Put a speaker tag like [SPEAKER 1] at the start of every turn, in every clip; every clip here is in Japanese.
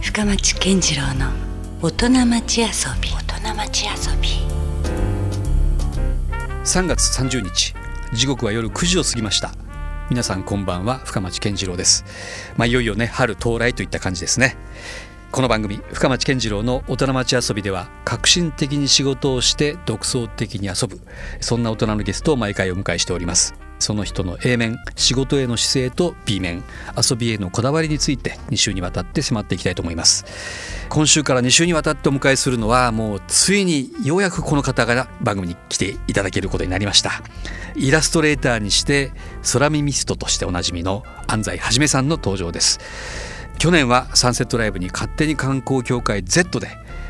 [SPEAKER 1] 深町健次郎の大人町遊び大人町遊び
[SPEAKER 2] 3月30日時刻は夜9時を過ぎました皆さんこんばんは深町健次郎ですまあいよいよね春到来といった感じですねこの番組深町健次郎の大人町遊びでは革新的に仕事をして独創的に遊ぶそんな大人のゲストを毎回お迎えしておりますその人の A 面仕事への姿勢と B 面遊びへのこだわりについて2週にわたって迫っていきたいと思います今週から2週にわたってお迎えするのはもうついにようやくこの方が番組に来ていただけることになりましたイラストレーターにして空耳ストとしておなじみの安西はじめさんの登場です去年はサンセットライブに勝手に観光協会 Z で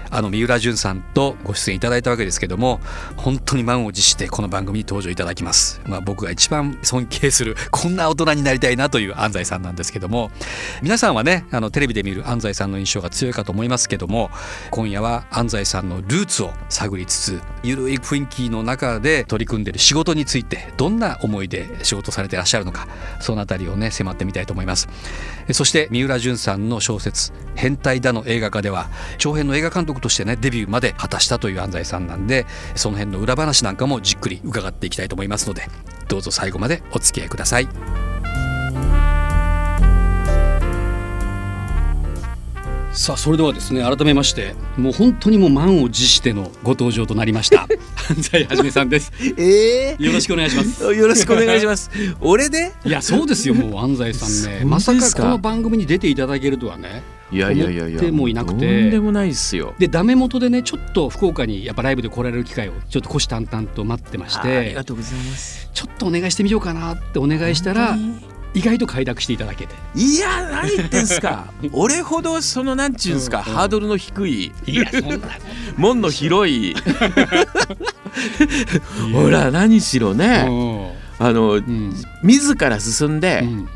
[SPEAKER 2] あの三浦淳さんとご出演いただいたわけですけども本当に満を持してこの番組に登場いただきます、まあ、僕が一番尊敬するこんな大人になりたいなという安西さんなんですけども皆さんはねあのテレビで見る安西さんの印象が強いかと思いますけども今夜は安西さんのルーツを探りつつゆるい雰囲気の中で取り組んでいる仕事についてどんな思いで仕事されてらっしゃるのかそのあたりをね迫ってみたいと思いますえそして三浦淳さんの小説「変態だ」の映画化では長編の映画監督としてねデビューまで果たしたという安西さんなんでその辺の裏話なんかもじっくり伺っていきたいと思いますのでどうぞ最後までお付き合いくださいさあそれではですね改めましてもう本当にもう満を持してのご登場となりま した安西はじめさんです
[SPEAKER 3] ええ
[SPEAKER 2] よろしくお願いします
[SPEAKER 3] よろしくお願いし ます。俺で？
[SPEAKER 2] いやそうですよもう安西さんねま
[SPEAKER 4] 本当
[SPEAKER 2] さ
[SPEAKER 4] で
[SPEAKER 2] か
[SPEAKER 4] すか
[SPEAKER 2] この番組に出ていただけるとはね
[SPEAKER 4] いやいやいやいや、
[SPEAKER 2] 思ってもいなくて
[SPEAKER 4] とんでもないっすよ。
[SPEAKER 2] でダメ元でねちょっと福岡にやっぱライブで来られる機会をちょっと虎視眈々と待ってまし
[SPEAKER 3] あり
[SPEAKER 2] て
[SPEAKER 3] がとうございます。
[SPEAKER 2] ちょっとお願いしてみようかなってお願いしたら意外と快諾していただけて
[SPEAKER 4] いや、ないです か。俺ほど、そのなんちゅうんですか、ハードルの低い、
[SPEAKER 2] いやそんな
[SPEAKER 4] 門の広い。ほら、何しろね、あの、
[SPEAKER 2] ん
[SPEAKER 4] 自ら進んで、
[SPEAKER 2] うん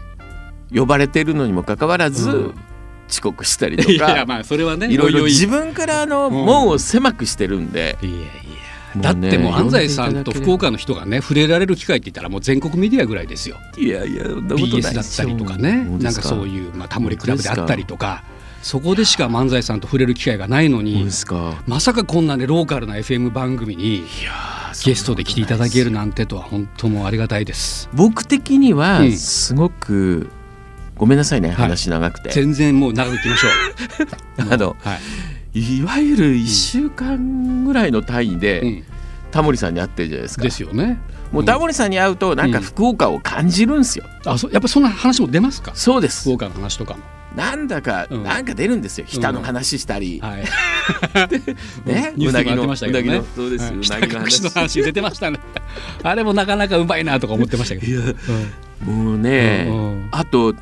[SPEAKER 4] 呼ばれてるのにもかかわらず、
[SPEAKER 2] うん
[SPEAKER 4] 遅刻したり
[SPEAKER 2] い
[SPEAKER 4] と
[SPEAKER 2] や
[SPEAKER 4] か。
[SPEAKER 2] まあそれはね
[SPEAKER 4] いろいろ
[SPEAKER 2] おい
[SPEAKER 4] 自分からあの門を狭くしてるんで、
[SPEAKER 2] おいいやいやだ
[SPEAKER 4] も
[SPEAKER 2] っ
[SPEAKER 4] うね
[SPEAKER 2] てもう安西さんと
[SPEAKER 4] 呼んでいただければ
[SPEAKER 2] 福岡の人がね触れられる機会って言ったらもう全国メディアぐらいですよ
[SPEAKER 4] いやいやそんなことない
[SPEAKER 2] BS だったりとかね
[SPEAKER 4] そう
[SPEAKER 2] な
[SPEAKER 4] で
[SPEAKER 2] ん
[SPEAKER 4] す
[SPEAKER 2] か
[SPEAKER 4] か
[SPEAKER 2] そういう、まあ、タモリクラブであったりとかそこでしか漫才さんと触れる機会がないの
[SPEAKER 4] そう
[SPEAKER 2] に
[SPEAKER 4] ですか
[SPEAKER 2] まさかこんなねローカルな FM 番組にゲストで来ていただけるなんてとは本当もうありがたいです
[SPEAKER 4] 僕的に
[SPEAKER 2] う
[SPEAKER 4] は
[SPEAKER 2] ん
[SPEAKER 4] すごく、ごめんなさいね話長くて、
[SPEAKER 2] 全然もう長くいきましょう
[SPEAKER 4] あの
[SPEAKER 2] はい、
[SPEAKER 4] いわゆる1週間ぐらいの単位で、
[SPEAKER 2] うん、
[SPEAKER 4] タモリさんに会ってるじゃないですか
[SPEAKER 2] ですよね
[SPEAKER 4] もうタモリさんに会うとなんか福岡を感じるんですよ、
[SPEAKER 2] あそやっぱそんな話も出ますか
[SPEAKER 4] そうです
[SPEAKER 2] 福岡の話とかも
[SPEAKER 4] なんだか、
[SPEAKER 2] うん
[SPEAKER 4] なんか出るんですよ日田の話したり、
[SPEAKER 2] はい
[SPEAKER 4] ね
[SPEAKER 2] ニュー
[SPEAKER 4] う
[SPEAKER 2] スでもや
[SPEAKER 4] なぎ
[SPEAKER 2] って
[SPEAKER 4] の
[SPEAKER 2] ました
[SPEAKER 4] う
[SPEAKER 2] けど
[SPEAKER 4] な
[SPEAKER 2] ね
[SPEAKER 4] ぎのそうです、
[SPEAKER 2] はいうひた
[SPEAKER 4] なぎの
[SPEAKER 2] 隠しの
[SPEAKER 4] 話
[SPEAKER 2] 話出てましたね あれもなかなかうまいなとか思ってましたけど
[SPEAKER 4] いやもうね、
[SPEAKER 2] うん
[SPEAKER 4] あと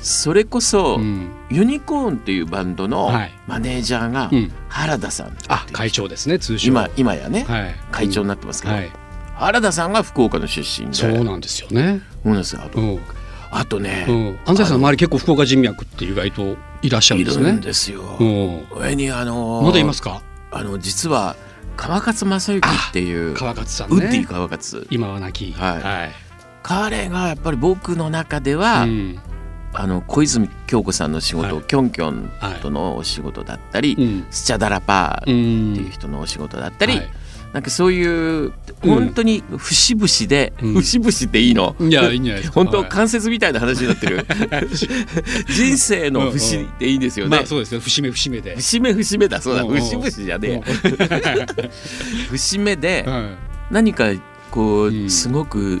[SPEAKER 4] それこそ、
[SPEAKER 2] うん
[SPEAKER 4] ユニコーンっていうバンドの
[SPEAKER 2] はい
[SPEAKER 4] マネージャーが
[SPEAKER 2] うん
[SPEAKER 4] 原田さんっていう、
[SPEAKER 2] あ会長ですね通称
[SPEAKER 4] 今今やね、
[SPEAKER 2] はい、
[SPEAKER 4] 会長になってますけど、
[SPEAKER 2] はい、
[SPEAKER 4] 原田さんが福岡の出身で
[SPEAKER 2] そうなんですよね。
[SPEAKER 4] そうなんですよあと,、
[SPEAKER 2] うん、
[SPEAKER 4] あとね、
[SPEAKER 2] うん、安西さんの周り結構福岡人脈って意外といらっしゃるん
[SPEAKER 4] い
[SPEAKER 2] です
[SPEAKER 4] る
[SPEAKER 2] ね
[SPEAKER 4] ん。ですよ。
[SPEAKER 2] うん、
[SPEAKER 4] 上にあのー
[SPEAKER 2] まだいますか、
[SPEAKER 4] あの実は川勝正幸っていう、
[SPEAKER 2] 川勝さんね。
[SPEAKER 4] ウッディ川勝
[SPEAKER 2] 今は亡き。
[SPEAKER 4] はい
[SPEAKER 2] はい。
[SPEAKER 4] 彼がやっぱり僕の中では、
[SPEAKER 2] うん、
[SPEAKER 4] あの小泉京子さんの仕事、
[SPEAKER 2] はい
[SPEAKER 4] キョンキョンとのお仕事だったり、
[SPEAKER 2] うん、
[SPEAKER 4] スチャダラパ
[SPEAKER 2] う
[SPEAKER 4] ーっ
[SPEAKER 2] ん、
[SPEAKER 4] ていう人のお仕事だったり、
[SPEAKER 2] はい
[SPEAKER 4] なんかそういう本当に節々で、
[SPEAKER 2] うん
[SPEAKER 4] 節々でいいの、
[SPEAKER 2] いやいいんじゃないですか。
[SPEAKER 4] 本当
[SPEAKER 2] はい
[SPEAKER 4] 関節みたいな話になって る人生の節でいいんですよね、
[SPEAKER 2] まあそうですね。節目節目で。
[SPEAKER 4] 節目節目だそうだ
[SPEAKER 2] うんうん
[SPEAKER 4] 節々じゃねえ
[SPEAKER 2] うん
[SPEAKER 4] 節目で
[SPEAKER 2] はい
[SPEAKER 4] 何かこ
[SPEAKER 2] うん
[SPEAKER 4] うすごく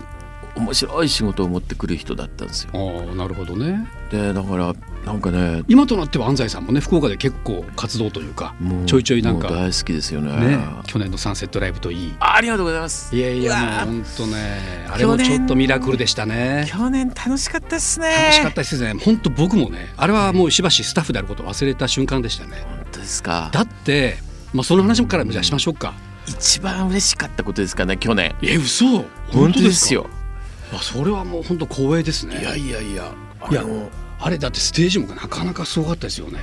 [SPEAKER 4] 面白い仕事を持ってくる人だったんですよ。
[SPEAKER 2] ああ、なるほどね。
[SPEAKER 4] でだからなんかね
[SPEAKER 2] 今となっては安西さんもね、福岡で結構活動というか、
[SPEAKER 4] もう
[SPEAKER 2] ちょいちょいなんか
[SPEAKER 4] もう大好きですよね
[SPEAKER 2] ね、去年のサンセットライブといい。
[SPEAKER 4] ありがとうございます
[SPEAKER 2] いやいうや、
[SPEAKER 4] わ
[SPEAKER 2] もう本当ね、あれもちょっとミラクルでしたね。
[SPEAKER 4] 去年楽しかったっすね
[SPEAKER 2] 楽しかったですね本当僕もねあれはもうしばしスタッフであることを忘れた瞬間でしたね
[SPEAKER 4] 本当ですか
[SPEAKER 2] だって、まあ、その話もからもじゃあしましょうか
[SPEAKER 4] 一番嬉しかったことですかね去年
[SPEAKER 2] え嘘
[SPEAKER 4] 本当ですよ
[SPEAKER 2] あそれはもう本当光栄ですね
[SPEAKER 4] いやいやいや
[SPEAKER 2] いや
[SPEAKER 4] あの
[SPEAKER 2] あれだってステージもなかなかすごかったですよね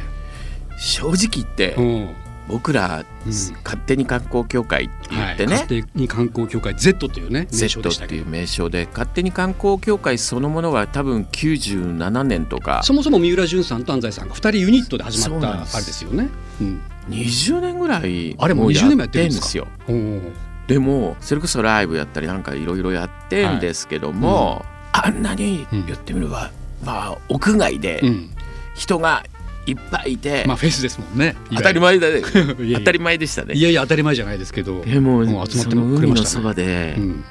[SPEAKER 4] 正直言って
[SPEAKER 2] うん
[SPEAKER 4] 僕ら、
[SPEAKER 2] うん
[SPEAKER 4] 勝手に観光協会って言って
[SPEAKER 2] は
[SPEAKER 4] ね、
[SPEAKER 2] い、勝手に観光協会 Z というね名称
[SPEAKER 4] Z
[SPEAKER 2] でした
[SPEAKER 4] って
[SPEAKER 2] け
[SPEAKER 4] い
[SPEAKER 2] ど
[SPEAKER 4] う名称で勝手に観光協会そのものは多分97年とか
[SPEAKER 2] そもそも三浦淳さんと安西さんが2人ユニットで始ま
[SPEAKER 4] そう
[SPEAKER 2] った
[SPEAKER 4] なんです
[SPEAKER 2] あれですよね。うん
[SPEAKER 4] 20年ぐらい
[SPEAKER 2] あれもう20年もやってるんですか
[SPEAKER 4] もうよ
[SPEAKER 2] おー
[SPEAKER 4] でもそれこそライブやったりなんかいろいろやってんですけども、あんなに
[SPEAKER 2] うん
[SPEAKER 4] 言ってみれば、まあ屋外で
[SPEAKER 2] うん
[SPEAKER 4] 人がいっぱいいて、
[SPEAKER 2] まあフェスですもんね。
[SPEAKER 4] 当たり
[SPEAKER 2] 前
[SPEAKER 4] 前だね
[SPEAKER 2] いやい
[SPEAKER 4] 当た
[SPEAKER 2] や
[SPEAKER 4] り前でしたね
[SPEAKER 2] いやいや当たり前じゃないですけど。
[SPEAKER 4] でも、
[SPEAKER 2] もう集まって
[SPEAKER 4] その
[SPEAKER 2] くれま
[SPEAKER 4] 海の
[SPEAKER 2] した
[SPEAKER 4] そ
[SPEAKER 2] ね
[SPEAKER 4] ばで、
[SPEAKER 2] うん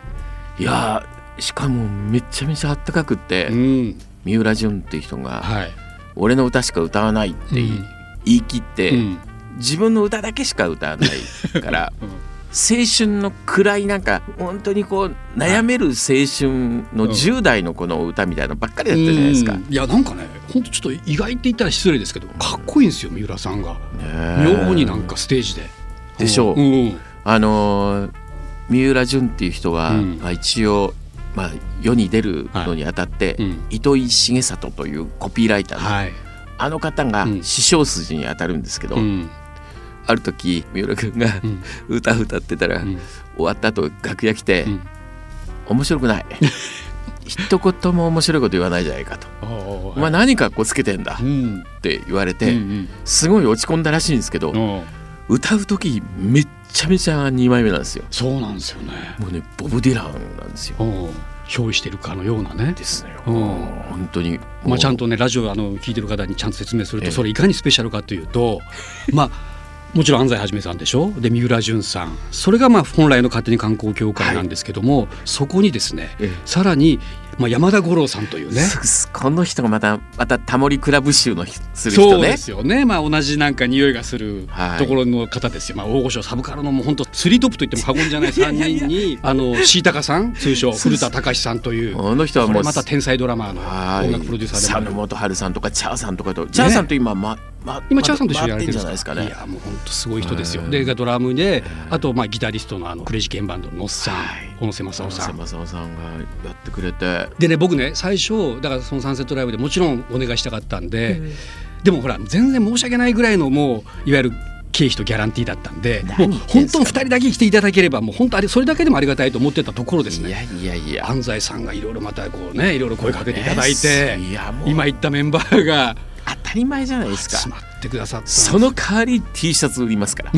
[SPEAKER 4] いやーしかもめちゃめちゃあったかくって、
[SPEAKER 2] うん
[SPEAKER 4] 三浦淳っていう人が、
[SPEAKER 2] はい。
[SPEAKER 4] 俺の歌しか歌わないって言い,、
[SPEAKER 2] うん
[SPEAKER 4] 切って、
[SPEAKER 2] うん
[SPEAKER 4] 自分の歌だけしか歌わないから
[SPEAKER 2] うん
[SPEAKER 4] 青春の暗いなんか本当にこう悩める青春の10代の子の歌みたいなのばっかりだったじゃないですか。
[SPEAKER 2] う
[SPEAKER 4] ね
[SPEAKER 2] んいやなんかね本当ちょっと意外って言ったら失礼ですけどかっこいいんですよ三浦さんが
[SPEAKER 4] え
[SPEAKER 2] 妙になんかステージで。
[SPEAKER 4] でしょうん
[SPEAKER 2] ん
[SPEAKER 4] あのー三浦淳っていう人は、
[SPEAKER 2] うん
[SPEAKER 4] まあ、一応、まあ、世に出るのにあたって、
[SPEAKER 2] うん
[SPEAKER 4] 糸井重里というコピーライターの、
[SPEAKER 2] はい。
[SPEAKER 4] あの方が
[SPEAKER 2] うん
[SPEAKER 4] 師匠筋にあたるんですけど、
[SPEAKER 2] うん
[SPEAKER 4] ある時三浦君が
[SPEAKER 2] うん
[SPEAKER 4] 歌歌ってたら、
[SPEAKER 2] うん
[SPEAKER 4] 終わった後楽屋来て、
[SPEAKER 2] うん
[SPEAKER 4] 面白 くない一言も面白いこと言わないじゃないかと
[SPEAKER 2] あー
[SPEAKER 4] 「お前何かっこつけてんだ」
[SPEAKER 2] うん
[SPEAKER 4] って言われ
[SPEAKER 2] う
[SPEAKER 4] て
[SPEAKER 2] ん
[SPEAKER 4] すごい落ち込んだらしいんですけど
[SPEAKER 2] うんうん
[SPEAKER 4] 歌う時めっちゃめちゃ2枚目なんですよ
[SPEAKER 2] そうなんですよね。
[SPEAKER 4] もうねボブ・ディランなんですよ
[SPEAKER 2] うん憑依してるかのようなね。
[SPEAKER 4] ですね
[SPEAKER 2] うん
[SPEAKER 4] 本当に
[SPEAKER 2] まあ、ちゃん
[SPEAKER 4] と
[SPEAKER 2] とねラジオあの聞いてる方にちゃんと説明する
[SPEAKER 4] ええ
[SPEAKER 2] とそれいかにスペシャルかというと、まあもちろん安西はじめさんでしょで三浦淳さんそれがまあ本来の勝手に観光協会なんですけども、そこにですね、
[SPEAKER 4] ええ
[SPEAKER 2] さらに、まあ、山田五郎さんというね
[SPEAKER 4] この人がまたまたタモリクラブ集のひする
[SPEAKER 2] そ
[SPEAKER 4] 人
[SPEAKER 2] うで
[SPEAKER 4] ね
[SPEAKER 2] すよね、まあ、同じなんか匂いがする
[SPEAKER 4] はい
[SPEAKER 2] ところの方ですよ、まあ、大御所サブカルのもう本当スリートップと言っても過言じゃない3人にあのシータカさん通称古田隆さんという
[SPEAKER 4] この人は
[SPEAKER 2] こ
[SPEAKER 4] も
[SPEAKER 2] れ
[SPEAKER 4] う
[SPEAKER 2] また天才ドラマーの
[SPEAKER 4] はい
[SPEAKER 2] 音楽プロデューサーでもある
[SPEAKER 4] 佐野元春さんとかチャーさんとかとチャーさんと今ま、ま、
[SPEAKER 2] 今チャーさんと一緒にや
[SPEAKER 4] やっ
[SPEAKER 2] られて
[SPEAKER 4] てん
[SPEAKER 2] る
[SPEAKER 4] じゃないですかね
[SPEAKER 2] いやもう本当すごい人です
[SPEAKER 4] へ
[SPEAKER 2] よ。
[SPEAKER 4] ー
[SPEAKER 2] でがドラムで、あとまあギタリストのあのクレイジーケンバンドののっさん、
[SPEAKER 4] はい
[SPEAKER 2] 小野瀬正夫さ
[SPEAKER 4] さん
[SPEAKER 2] ん。
[SPEAKER 4] 正夫さんがやってくれて
[SPEAKER 2] でね僕ね最初だからそのサンセットライブでもちろんお願いしたかったんで、でもほら全然申し訳ないぐらいのもういわゆる経費とギャランティーだったんでもう
[SPEAKER 4] 何言ってん
[SPEAKER 2] 本
[SPEAKER 4] す
[SPEAKER 2] 当2
[SPEAKER 4] か
[SPEAKER 2] 人だけ来ていただければもう本当あれそれだけでもありがたいと思ってたところです
[SPEAKER 4] いや
[SPEAKER 2] ね
[SPEAKER 4] いやいや
[SPEAKER 2] 安西さんがいろいろまたこうねいろいろ声かけていただいて、
[SPEAKER 4] ねいやもう
[SPEAKER 2] 今言ったメンバーが
[SPEAKER 4] 当たり前じゃないです
[SPEAKER 2] 集
[SPEAKER 4] か
[SPEAKER 2] まってくださったんですよ
[SPEAKER 4] その代わり T シャツ売りますから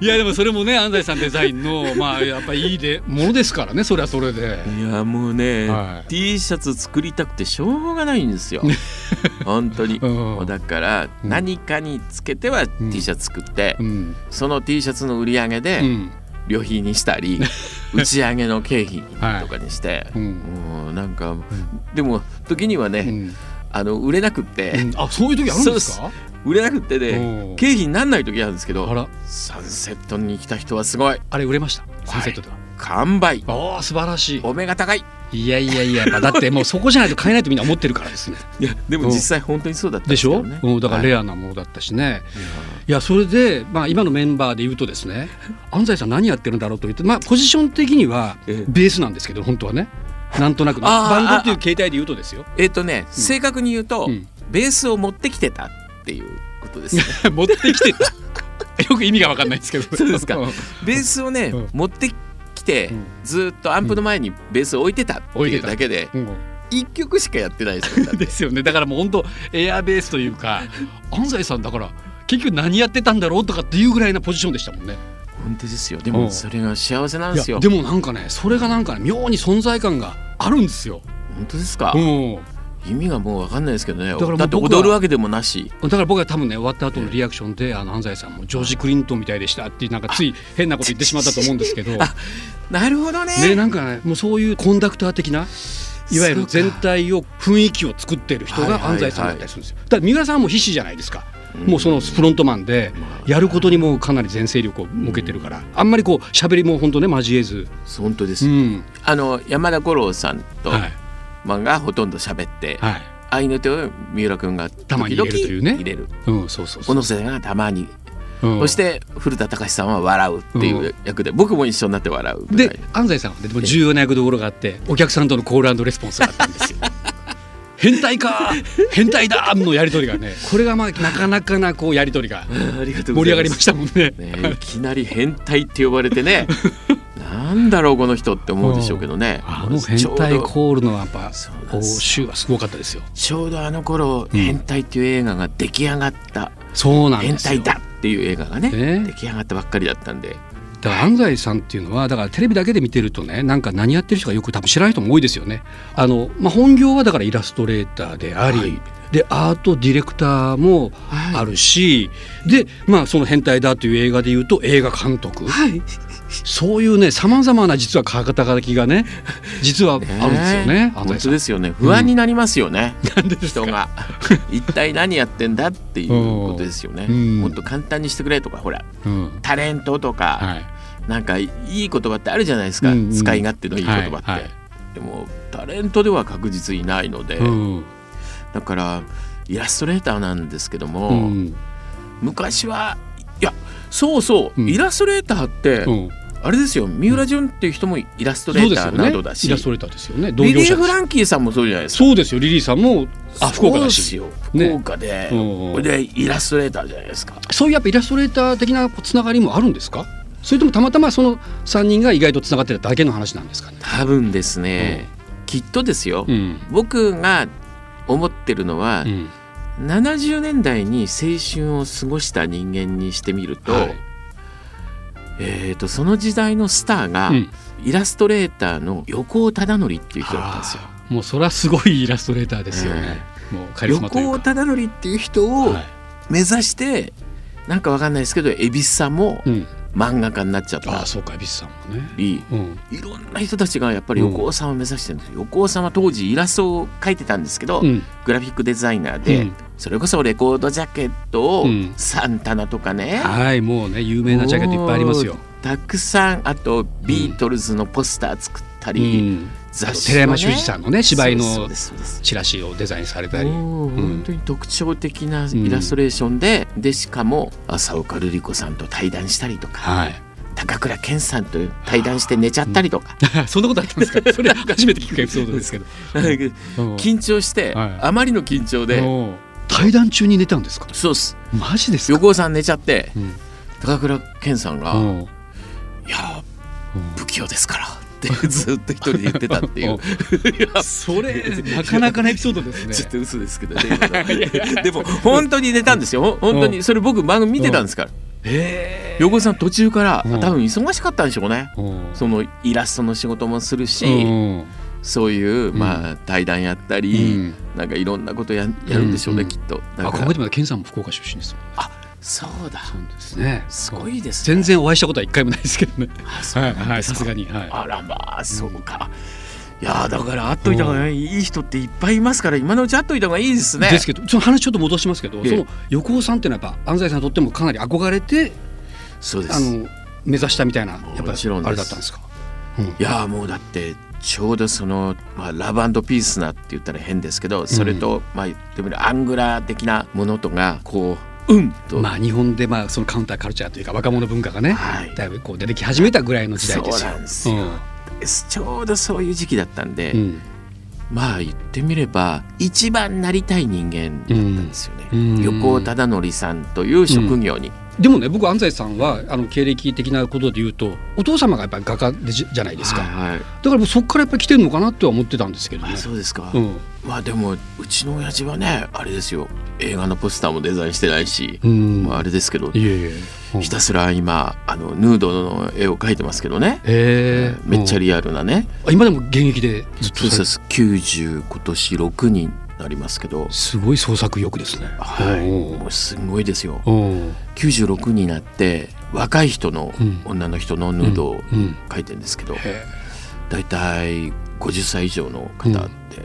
[SPEAKER 2] いやでもそれもね安西さんデザイン のまあやっぱいいでものですからねそれはそれで。
[SPEAKER 4] いやもうね、
[SPEAKER 2] はい
[SPEAKER 4] T シャツ作りたくてしょうがないんですよ本当に
[SPEAKER 2] う
[SPEAKER 4] もうんだから
[SPEAKER 2] うん
[SPEAKER 4] 何かにつけては T シャツ作って、
[SPEAKER 2] うん
[SPEAKER 4] その T シャツの売り上げで、
[SPEAKER 2] うん
[SPEAKER 4] 旅費にした り打ち上げの経費とかにして、
[SPEAKER 2] うん
[SPEAKER 4] もうなんか、でも時にはね、
[SPEAKER 2] うん
[SPEAKER 4] あの売れなくって、
[SPEAKER 2] あそういう時あるんですか
[SPEAKER 4] 売れなくって
[SPEAKER 2] お
[SPEAKER 4] ね
[SPEAKER 2] う
[SPEAKER 4] 経費にならない時あるんですけ
[SPEAKER 2] あ
[SPEAKER 4] ど
[SPEAKER 2] ら
[SPEAKER 4] サンセットに来た人はすごい
[SPEAKER 2] あれ売れましたサンセットでは、
[SPEAKER 4] 完売
[SPEAKER 2] ああ素晴らし
[SPEAKER 4] お目が高い
[SPEAKER 2] いいやいやいや、まあ、だってもうそこじゃないと買えないとみんな思ってるからですね
[SPEAKER 4] いやでも
[SPEAKER 2] うん
[SPEAKER 4] 実際本当にそうだった ん
[SPEAKER 2] でし
[SPEAKER 4] け
[SPEAKER 2] ょ、
[SPEAKER 4] どね
[SPEAKER 2] うん、だから
[SPEAKER 4] はい
[SPEAKER 2] レアなものだったしね、いやそれで、まあ、今のメンバーで言うとです ね安西さん何やってるんだろうと言って、まあ、ポジション的には
[SPEAKER 4] ええ
[SPEAKER 2] ベースなんですけど本当はねなんとなくね
[SPEAKER 4] あ
[SPEAKER 2] バ
[SPEAKER 4] ー
[SPEAKER 2] ンドっていう形態で言うとですよ
[SPEAKER 4] えっ、とね正確に言うと、
[SPEAKER 2] うん
[SPEAKER 4] ベースを持ってきてたっていうことですね
[SPEAKER 2] 持ってきてた よく意味が分かんないんですけど
[SPEAKER 4] そうですか
[SPEAKER 2] ん
[SPEAKER 4] ベースをね、
[SPEAKER 2] うん
[SPEAKER 4] 持ってきて
[SPEAKER 2] ん
[SPEAKER 4] ずーっとアンプの前にベースを置いてたって
[SPEAKER 2] 置い
[SPEAKER 4] い
[SPEAKER 2] て
[SPEAKER 4] う
[SPEAKER 2] た
[SPEAKER 4] だけで
[SPEAKER 2] うん
[SPEAKER 4] 一曲しかやってないですよだって
[SPEAKER 2] ですよねだからもう本当エアベースというか安西さんだから結局何やってたんだろうとかっていうぐらいなポジションでしたもんね
[SPEAKER 4] 本当ですよで
[SPEAKER 2] う
[SPEAKER 4] も
[SPEAKER 2] ん
[SPEAKER 4] それが幸せなん
[SPEAKER 2] い
[SPEAKER 4] ですよ
[SPEAKER 2] やでもなんかねそれがなんかね妙に存在感があるんですよ、
[SPEAKER 4] 本当ですか、
[SPEAKER 2] うん、
[SPEAKER 4] 意味がもう分かんないですけどねだ
[SPEAKER 2] からもう
[SPEAKER 4] って
[SPEAKER 2] 僕は
[SPEAKER 4] 踊るわけでもなし
[SPEAKER 2] だから僕は多分ね終わった後のリアクションであの安西さんもジョージ・クリントンみたいでしたってなんかつい変なこと言ってしまったと思うんです けどね
[SPEAKER 4] なるほどね
[SPEAKER 2] なんかねもうそういうコンダクター的ないわゆる全体を雰囲気を作ってる人
[SPEAKER 4] はい
[SPEAKER 2] が
[SPEAKER 4] はいはい
[SPEAKER 2] 安西さんだったりするんですよ。だから三浦さんはもう必死じゃないですか。もうそのフロントマンで
[SPEAKER 4] まあ
[SPEAKER 2] やることにもうかなり全精力を向けてるから、あんまりこう喋りも本当ね交えず、
[SPEAKER 4] 本当で
[SPEAKER 2] う
[SPEAKER 4] す、
[SPEAKER 2] ん、
[SPEAKER 4] あの山田五郎さんと
[SPEAKER 2] はい
[SPEAKER 4] 漫画ほとんど喋って、
[SPEAKER 2] はい、
[SPEAKER 4] 愛の手を三浦君が
[SPEAKER 2] たまに入れるというね
[SPEAKER 4] 入れる
[SPEAKER 2] うん、そうそうそ
[SPEAKER 4] 小
[SPEAKER 2] う。
[SPEAKER 4] 野瀬がたまに、
[SPEAKER 2] うん
[SPEAKER 4] そして古田隆さんは笑うっていう役で、僕も一緒になって笑うぐら い
[SPEAKER 2] で安西さんはねでも重要な役どころがあってお客さんとのコールレスポンスがあったんですよ。変態か変態だのやり取りがね これがまあなかなかなこうやり取りが
[SPEAKER 4] ありがと
[SPEAKER 2] 盛
[SPEAKER 4] うご
[SPEAKER 2] り
[SPEAKER 4] ざ
[SPEAKER 2] 上
[SPEAKER 4] います
[SPEAKER 2] がりましたもんね。
[SPEAKER 4] ねいきなり変態って呼ばれてね なんだろうこの人って思うでしょうけどね
[SPEAKER 2] あの変態コールのやっぱ
[SPEAKER 4] そうなん
[SPEAKER 2] 応
[SPEAKER 4] です
[SPEAKER 2] 酬はすごかったですよ。
[SPEAKER 4] ちょうどあの頃「変態」っていう映画が出来上がった
[SPEAKER 2] そう
[SPEAKER 4] 「
[SPEAKER 2] なん
[SPEAKER 4] 変
[SPEAKER 2] ですよ。
[SPEAKER 4] 態だ!」っていう映画がね
[SPEAKER 2] ね
[SPEAKER 4] 出来上がったばっかりだったんで
[SPEAKER 2] だから安西さんっていうのはだからテレビだけで見てるとねなんか何やってる人がよく多分知らない人も多いですよね。あのまあ、本業はだからイラストレーターであり、
[SPEAKER 4] はい
[SPEAKER 2] でアートディレクターもあるし、で、まあ、その「変態だ」という映画でいうと映画監督、
[SPEAKER 4] はい
[SPEAKER 2] そういうねさまざまな実は肩書きがね実はあるんですよね。安西さ
[SPEAKER 4] 本当
[SPEAKER 2] ん
[SPEAKER 4] ですよね不安になりますよね、人が一体何やってんだっていうことですよね、
[SPEAKER 2] うん
[SPEAKER 4] もっと簡単にしてくれとかほら
[SPEAKER 2] うん
[SPEAKER 4] タレントとか、
[SPEAKER 2] はい
[SPEAKER 4] なんかいい言葉ってあるじゃないですか、
[SPEAKER 2] うんうん
[SPEAKER 4] 使い勝手のいい言葉って、
[SPEAKER 2] はいはい
[SPEAKER 4] でもタレントでは確実にないので、
[SPEAKER 2] うん
[SPEAKER 4] だからイラストレーターなんですけども、
[SPEAKER 2] うん
[SPEAKER 4] 昔はいやそうそう、
[SPEAKER 2] うん
[SPEAKER 4] イラストレーターって、
[SPEAKER 2] うん
[SPEAKER 4] あれですよ三浦淳っていう人もイラストレ
[SPEAKER 2] そう
[SPEAKER 4] ー
[SPEAKER 2] で
[SPEAKER 4] タ
[SPEAKER 2] すよ
[SPEAKER 4] ー
[SPEAKER 2] ね
[SPEAKER 4] などだし、
[SPEAKER 2] イラストレーターですよね同業
[SPEAKER 4] リ
[SPEAKER 2] 者
[SPEAKER 4] リ
[SPEAKER 2] です
[SPEAKER 4] ー・フランキーさんもそうじゃないですか。
[SPEAKER 2] そうですよリリーさんもあ福岡だし
[SPEAKER 4] そうです
[SPEAKER 2] ね
[SPEAKER 4] よ福岡で、
[SPEAKER 2] うん
[SPEAKER 4] これでイラストレーターじゃないですか。
[SPEAKER 2] そういうやっぱイラストレーター的なつながりもあるんですかそれともたまたまその3人が意外とつながってるだけの話なんですかね。
[SPEAKER 4] 多分ですね、きっとですよ、
[SPEAKER 2] うん
[SPEAKER 4] 僕が思ってるのは、
[SPEAKER 2] うん
[SPEAKER 4] 70年代に青春を過ごした人間にしてみると,、
[SPEAKER 2] はい
[SPEAKER 4] えー、とその時代のスターが、
[SPEAKER 2] うん
[SPEAKER 4] イラストレーターの横尾忠則っていう人だったんですよ。
[SPEAKER 2] あーもうそれはすごいイラストレーターですよね。もうカリスマとい
[SPEAKER 4] 横
[SPEAKER 2] う
[SPEAKER 4] 尾
[SPEAKER 2] か。
[SPEAKER 4] 忠則っていう人を
[SPEAKER 2] はい
[SPEAKER 4] 目指して、なんかわかんないですけど蛭子さんも
[SPEAKER 2] うん、
[SPEAKER 4] 漫画家になっちゃっ
[SPEAKER 2] あ
[SPEAKER 4] た
[SPEAKER 2] あそうか蛭子さんもね。
[SPEAKER 4] り
[SPEAKER 2] うん
[SPEAKER 4] いろんな人たちがやっぱり横尾さんを目指してるんですよ、横尾さんは当時イラストを描いてたんですけど、
[SPEAKER 2] うん
[SPEAKER 4] グラフィックデザイナーで、
[SPEAKER 2] うん
[SPEAKER 4] それこそレコードジャケットを、
[SPEAKER 2] うん
[SPEAKER 4] サンタナとかね、
[SPEAKER 2] はいもうね有名なジャケットいっぱいありますよ。
[SPEAKER 4] たくさんあとビートルズのポスター作った
[SPEAKER 2] う
[SPEAKER 4] り、
[SPEAKER 2] ん、
[SPEAKER 4] 雑誌、ね、
[SPEAKER 2] 寺山修司さんのね芝居
[SPEAKER 4] そう
[SPEAKER 2] の
[SPEAKER 4] ですそうです
[SPEAKER 2] チラシをデザインされたり。
[SPEAKER 4] もう本当に特徴的なイラストレーションで、でしかも浅岡瑠璃子さんと対談したりとか、
[SPEAKER 2] はい。
[SPEAKER 4] 高倉健さんと対談して寝ちゃったりとか、
[SPEAKER 2] そんなことあったんです か。それ初めて聞くエピソードですけど。うん
[SPEAKER 4] 緊張して、
[SPEAKER 2] はい
[SPEAKER 4] あまりの緊張で、
[SPEAKER 2] うん対談中に寝たんですか。
[SPEAKER 4] そうっす
[SPEAKER 2] マジですか。
[SPEAKER 4] 横尾さん寝ちゃって、
[SPEAKER 2] ん
[SPEAKER 4] 高倉健さんが「
[SPEAKER 2] うん
[SPEAKER 4] いやー不器用ですから」って ずっと一人で言ってたっていういや
[SPEAKER 2] それなかなかのエピソードですね。
[SPEAKER 4] ちょっと嘘ですけどね今のでも本当に寝たんですよほん本当にそれ僕番組見てたんですから横尾さん途中から
[SPEAKER 2] うん
[SPEAKER 4] 多分忙しかったんでしょうね
[SPEAKER 2] うん
[SPEAKER 4] そのイラストの仕事もするし、
[SPEAKER 2] うん
[SPEAKER 4] そういうまあ対談やったり、
[SPEAKER 2] うん
[SPEAKER 4] なんかいろんなことややるんでしょうね、
[SPEAKER 2] うん
[SPEAKER 4] きっとだ
[SPEAKER 2] あ考
[SPEAKER 4] か
[SPEAKER 2] え
[SPEAKER 4] ら
[SPEAKER 2] てみたら健さんも福岡出身ですもん
[SPEAKER 4] そうだ
[SPEAKER 2] ですね。
[SPEAKER 4] すごいですね
[SPEAKER 2] 全然お会いしたことは一回もないですけどね。
[SPEAKER 4] あそう
[SPEAKER 2] は
[SPEAKER 4] ないんです
[SPEAKER 2] はいさ
[SPEAKER 4] か
[SPEAKER 2] すがにはい。
[SPEAKER 4] あらまあそうか、いやーだから会っといた方がいいいい人っていっぱいいますから今のうち会っといた方がいいですね
[SPEAKER 2] ですけどその話ちょっと戻しますけど、
[SPEAKER 4] ええ
[SPEAKER 2] その横尾さんっていうのはやっぱ安西さんにとってもかなり憧れて
[SPEAKER 4] そうで
[SPEAKER 2] あ
[SPEAKER 4] す
[SPEAKER 2] の目指したみたいなやっぱ
[SPEAKER 4] もちろんです
[SPEAKER 2] あれだったんですか。
[SPEAKER 4] いやーもうだってちょうどその、まあ、ラブピースなって言ったら変ですけどそれと、まあ言ってみるアングラー的なものとがこううんと、
[SPEAKER 2] まあ日本でまあそのカウンターカルチャーというか若者文化がね、
[SPEAKER 4] はい
[SPEAKER 2] だいぶこう出てき始めたぐらいの時代
[SPEAKER 4] そ
[SPEAKER 2] で
[SPEAKER 4] う
[SPEAKER 2] すよ。
[SPEAKER 4] なんですよ、ちょうどそういう時期だったんで、
[SPEAKER 2] うんうん
[SPEAKER 4] まあ言ってみれば一番なりたい人間だったんですよね、
[SPEAKER 2] うん
[SPEAKER 4] 横尾忠則さんという職業に、
[SPEAKER 2] でもね僕安西さんはあの経歴的なことで言うとお父様がやっぱり画家でじじゃないですか、
[SPEAKER 4] はいはい
[SPEAKER 2] だからもうそこからやっぱり来てるのかなっては思ってたんですけどね
[SPEAKER 4] あ。そうですか、
[SPEAKER 2] うん
[SPEAKER 4] まあでもうちの親父はねあれですよ映画のポスターもデザインしてないし、
[SPEAKER 2] うん
[SPEAKER 4] まあ、あれですけど
[SPEAKER 2] いえいえ。うん
[SPEAKER 4] ひたすら今あのヌードの絵を描いてますけどね、
[SPEAKER 2] へえ
[SPEAKER 4] めっちゃ
[SPEAKER 2] うん
[SPEAKER 4] リアルなね、
[SPEAKER 2] あ今でも現役でずっ
[SPEAKER 4] そう
[SPEAKER 2] と
[SPEAKER 4] で
[SPEAKER 2] さ
[SPEAKER 4] す90今年6になりますけど、
[SPEAKER 2] すごい創作意欲ですね。
[SPEAKER 4] はい、
[SPEAKER 2] うん
[SPEAKER 4] もうすごいですよ
[SPEAKER 2] うん
[SPEAKER 4] 96になって若い人の、
[SPEAKER 2] うん
[SPEAKER 4] 女の人のヌードを
[SPEAKER 2] うん
[SPEAKER 4] 描いてるんですけど、
[SPEAKER 2] へ
[SPEAKER 4] だいたい50歳以上の方って、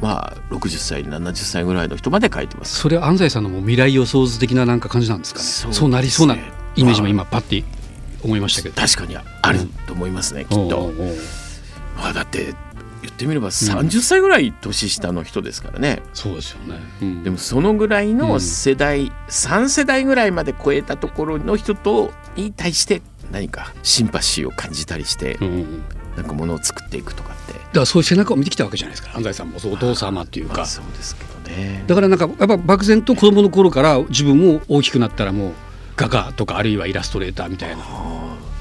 [SPEAKER 4] まあ60歳70歳ぐらいの人まで描いてます。
[SPEAKER 2] それは安西さんのもう未来予想図的ななんか感じなんですかね。
[SPEAKER 4] そ
[SPEAKER 2] そうう,、
[SPEAKER 4] ですね
[SPEAKER 2] なりそうなイメージも今パッて思いましたけど。
[SPEAKER 4] 確かにあると思いますね、きっ
[SPEAKER 2] う
[SPEAKER 4] と
[SPEAKER 2] ん。うんうん
[SPEAKER 4] まあ、だって言ってみれば30歳ぐらい年下の人ですからね、
[SPEAKER 2] そうですよね。うん
[SPEAKER 4] でもそのぐらいうの
[SPEAKER 2] ん
[SPEAKER 4] 世代、3世代ぐらいまで超えたところの人とに対して何かシンパシーを感じたりして
[SPEAKER 2] うんうん
[SPEAKER 4] なんかものを作っていくとかって
[SPEAKER 2] からそういう背中を見てきたわけじゃないですか安西さんもそうお父様っていう
[SPEAKER 4] ま
[SPEAKER 2] か
[SPEAKER 4] あ、そうですけどね
[SPEAKER 2] だからなんかやっぱ漠然と子供の頃から自分も大きくなったらもう画家とかあるいはイラストレーターみたいな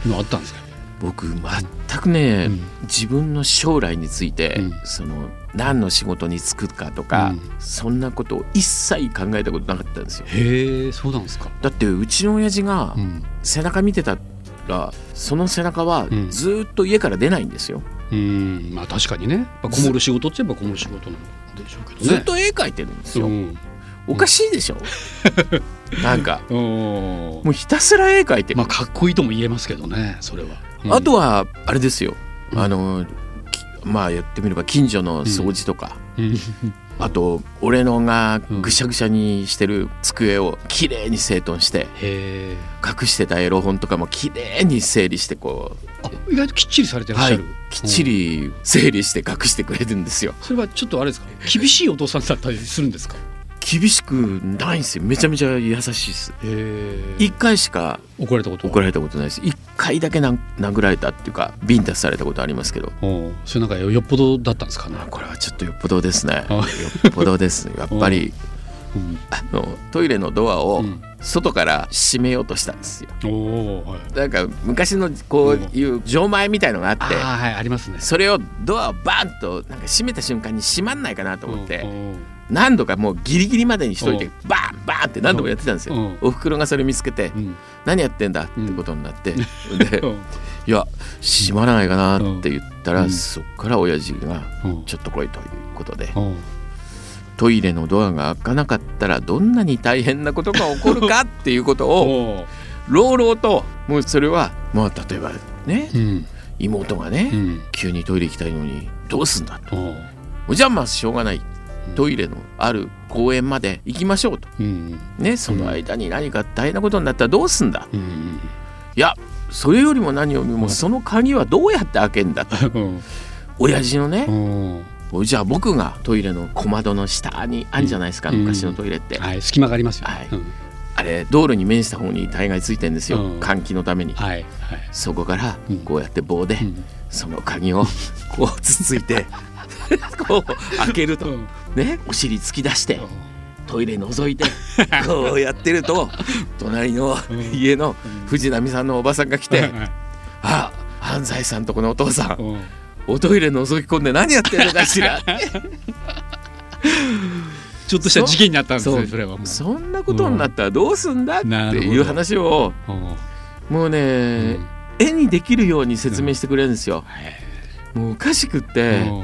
[SPEAKER 2] のあったんですか
[SPEAKER 4] 僕全くね、
[SPEAKER 2] うん
[SPEAKER 4] 自分の将来について、
[SPEAKER 2] うん
[SPEAKER 4] その何の仕事に就くかとか、
[SPEAKER 2] うん
[SPEAKER 4] そんなことを一切考えたことなかったんですよ
[SPEAKER 2] へえそうなんですか、
[SPEAKER 4] だってうちの親父が
[SPEAKER 2] うん
[SPEAKER 4] 背中見てたらその背中は
[SPEAKER 2] うん
[SPEAKER 4] ずーっと家から出ないんですよ、
[SPEAKER 2] うんまあ確かにねやっぱこもる仕事って言えばこもる仕事なんでしょうけどね
[SPEAKER 4] ずっと絵描いてるんですよ、
[SPEAKER 2] うん
[SPEAKER 4] おかし いでしょなんか
[SPEAKER 2] うん
[SPEAKER 4] もうひたすら絵描いてる、
[SPEAKER 2] まあかっこいいとも言えますけどねそれは、うん
[SPEAKER 4] あとはあれですよ、
[SPEAKER 2] うん
[SPEAKER 4] あのきまあやってみれば近所の掃除とか、
[SPEAKER 2] うん
[SPEAKER 4] あと俺のがぐしゃぐしゃにしてる机をきれいに整頓して
[SPEAKER 2] へえ
[SPEAKER 4] 隠してたエロ本とかもきれいに整理してこ
[SPEAKER 2] あ意外ときっちりされて
[SPEAKER 4] う、
[SPEAKER 2] らっしゃる、
[SPEAKER 4] きっちり整理して隠してくれるんですよ
[SPEAKER 2] それはちょっとあれですか厳しいお父さんだったりするんですか
[SPEAKER 4] 厳しくないんですよめちゃめちゃ優しいです
[SPEAKER 2] へえ
[SPEAKER 4] 1回しか
[SPEAKER 2] 怒られたことは
[SPEAKER 4] 怒られたことないです1回だけなん殴られたっていうかビンタされたことありますけど
[SPEAKER 2] おうそれなんかよっぽどだったんですかね
[SPEAKER 4] まあこれはちょっとよっぽどですね
[SPEAKER 2] あ
[SPEAKER 4] よっぽどですねやっぱり
[SPEAKER 2] うん
[SPEAKER 4] あのトイレのドア
[SPEAKER 2] う
[SPEAKER 4] を
[SPEAKER 2] ん
[SPEAKER 4] 外から閉めようとしたんですよ
[SPEAKER 2] おおはい
[SPEAKER 4] なんか昔のこういう錠前みたいのがあって、
[SPEAKER 2] あーはいありますね
[SPEAKER 4] それをドアをバンとなんか閉めた瞬間に閉まんないかなと思って、
[SPEAKER 2] うん
[SPEAKER 4] 何度かもうギリギリまでにしといて、
[SPEAKER 2] うん
[SPEAKER 4] バンバンって何度もやってたんですよ、
[SPEAKER 2] うん
[SPEAKER 4] おふくろがそれ見つけて、
[SPEAKER 2] うん
[SPEAKER 4] 何やってんだってことにな って、で
[SPEAKER 2] うん
[SPEAKER 4] いや閉まらないかなって言ったら、
[SPEAKER 2] うん
[SPEAKER 4] そっから親父が
[SPEAKER 2] うん
[SPEAKER 4] ちょっと来いということで、
[SPEAKER 2] うん
[SPEAKER 4] トイレのドアが開かなかったらどんなに大変なことが起こるかっていうことを
[SPEAKER 2] おう
[SPEAKER 4] 朗々ともうそれはまあ例えばね
[SPEAKER 2] うん
[SPEAKER 4] 妹がね、
[SPEAKER 2] うん
[SPEAKER 4] 急にトイレ行きたいのにどうすんだと
[SPEAKER 2] おう
[SPEAKER 4] おじゃあまあしょうがないトイレのある公園まで行きましょうと
[SPEAKER 2] うん
[SPEAKER 4] ねその間に何か大変なことになったらどうすんだ
[SPEAKER 2] うん
[SPEAKER 4] いやそれよりも何よりもその鍵はどうやって開けん だと
[SPEAKER 2] うん
[SPEAKER 4] 親父のね
[SPEAKER 2] うん
[SPEAKER 4] じゃあ僕がトイレの小窓の下にあるじゃないですか
[SPEAKER 2] うん
[SPEAKER 4] 昔のトイレって
[SPEAKER 2] はい隙間がありますよね
[SPEAKER 4] はい
[SPEAKER 2] うん
[SPEAKER 4] あれ道路に面した方に大概ついてるんですよ
[SPEAKER 2] うん
[SPEAKER 4] 換気のために
[SPEAKER 2] はいはい
[SPEAKER 4] そこから
[SPEAKER 2] うん
[SPEAKER 4] こうやって棒で
[SPEAKER 2] うん
[SPEAKER 4] その 鍵をこうつついてこう開けると
[SPEAKER 2] うん
[SPEAKER 4] ねお尻突き出してトイレ覗い てこうやってると隣の
[SPEAKER 2] うん
[SPEAKER 4] 家の藤波さんのおばさんが来
[SPEAKER 2] う
[SPEAKER 4] て
[SPEAKER 2] ん
[SPEAKER 4] 「あ安西さんとこのお父さん
[SPEAKER 2] うん
[SPEAKER 4] おトイレ覗き込んで何やってるのかしら」
[SPEAKER 2] ちょっとした事件になったんですねそれは もう
[SPEAKER 4] そんなことになったらどうすんだって
[SPEAKER 2] なるほ
[SPEAKER 4] いう
[SPEAKER 2] ど
[SPEAKER 4] 話を
[SPEAKER 2] うん
[SPEAKER 4] もう
[SPEAKER 2] うん
[SPEAKER 4] ね絵にできるように説明してくれるんですよ。もうおかしくって
[SPEAKER 2] うん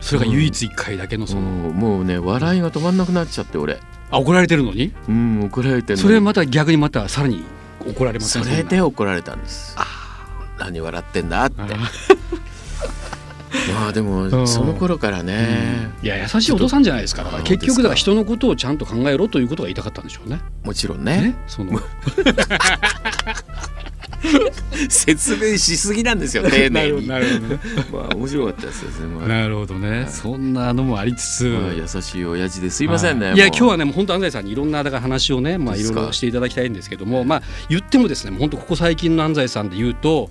[SPEAKER 2] それが唯一一回だけのその
[SPEAKER 4] もうもうね笑いが止まんなくなっちゃって俺。
[SPEAKER 2] あ怒られてるのに
[SPEAKER 4] うん怒られてるのに
[SPEAKER 2] それまた逆にまたさらに怒られます
[SPEAKER 4] そ
[SPEAKER 2] ね
[SPEAKER 4] れ
[SPEAKER 2] ん
[SPEAKER 4] で
[SPEAKER 2] な
[SPEAKER 4] 怒られたんです。何笑ってんだって。
[SPEAKER 2] あ
[SPEAKER 4] まあで
[SPEAKER 2] う
[SPEAKER 4] も
[SPEAKER 2] ん
[SPEAKER 4] その頃からね、
[SPEAKER 2] いや優しいお父さんじゃないですかだから
[SPEAKER 4] あ
[SPEAKER 2] 結
[SPEAKER 4] そうです
[SPEAKER 2] 局
[SPEAKER 4] か
[SPEAKER 2] だから人のことをちゃんと考えろということが言いたかったんでしょうね。
[SPEAKER 4] もちろん
[SPEAKER 2] ね
[SPEAKER 4] ね
[SPEAKER 2] その
[SPEAKER 4] 説明しすぎなんですよ丁寧 に。
[SPEAKER 2] なるほどね
[SPEAKER 4] まあ面白かったですですね。まあ
[SPEAKER 2] なるほ どねそんなのもありつつ。
[SPEAKER 4] まあ優しい親父ですいませんね。
[SPEAKER 2] はいいや
[SPEAKER 4] もう
[SPEAKER 2] 今日はねもう本当安西さんにいろんなだから話をねまあ
[SPEAKER 4] で
[SPEAKER 2] いろ
[SPEAKER 4] す
[SPEAKER 2] い
[SPEAKER 4] か
[SPEAKER 2] ろしていただきたいんですけどもまあ言ってもですねもう本当ここ最近の安西さんで言うと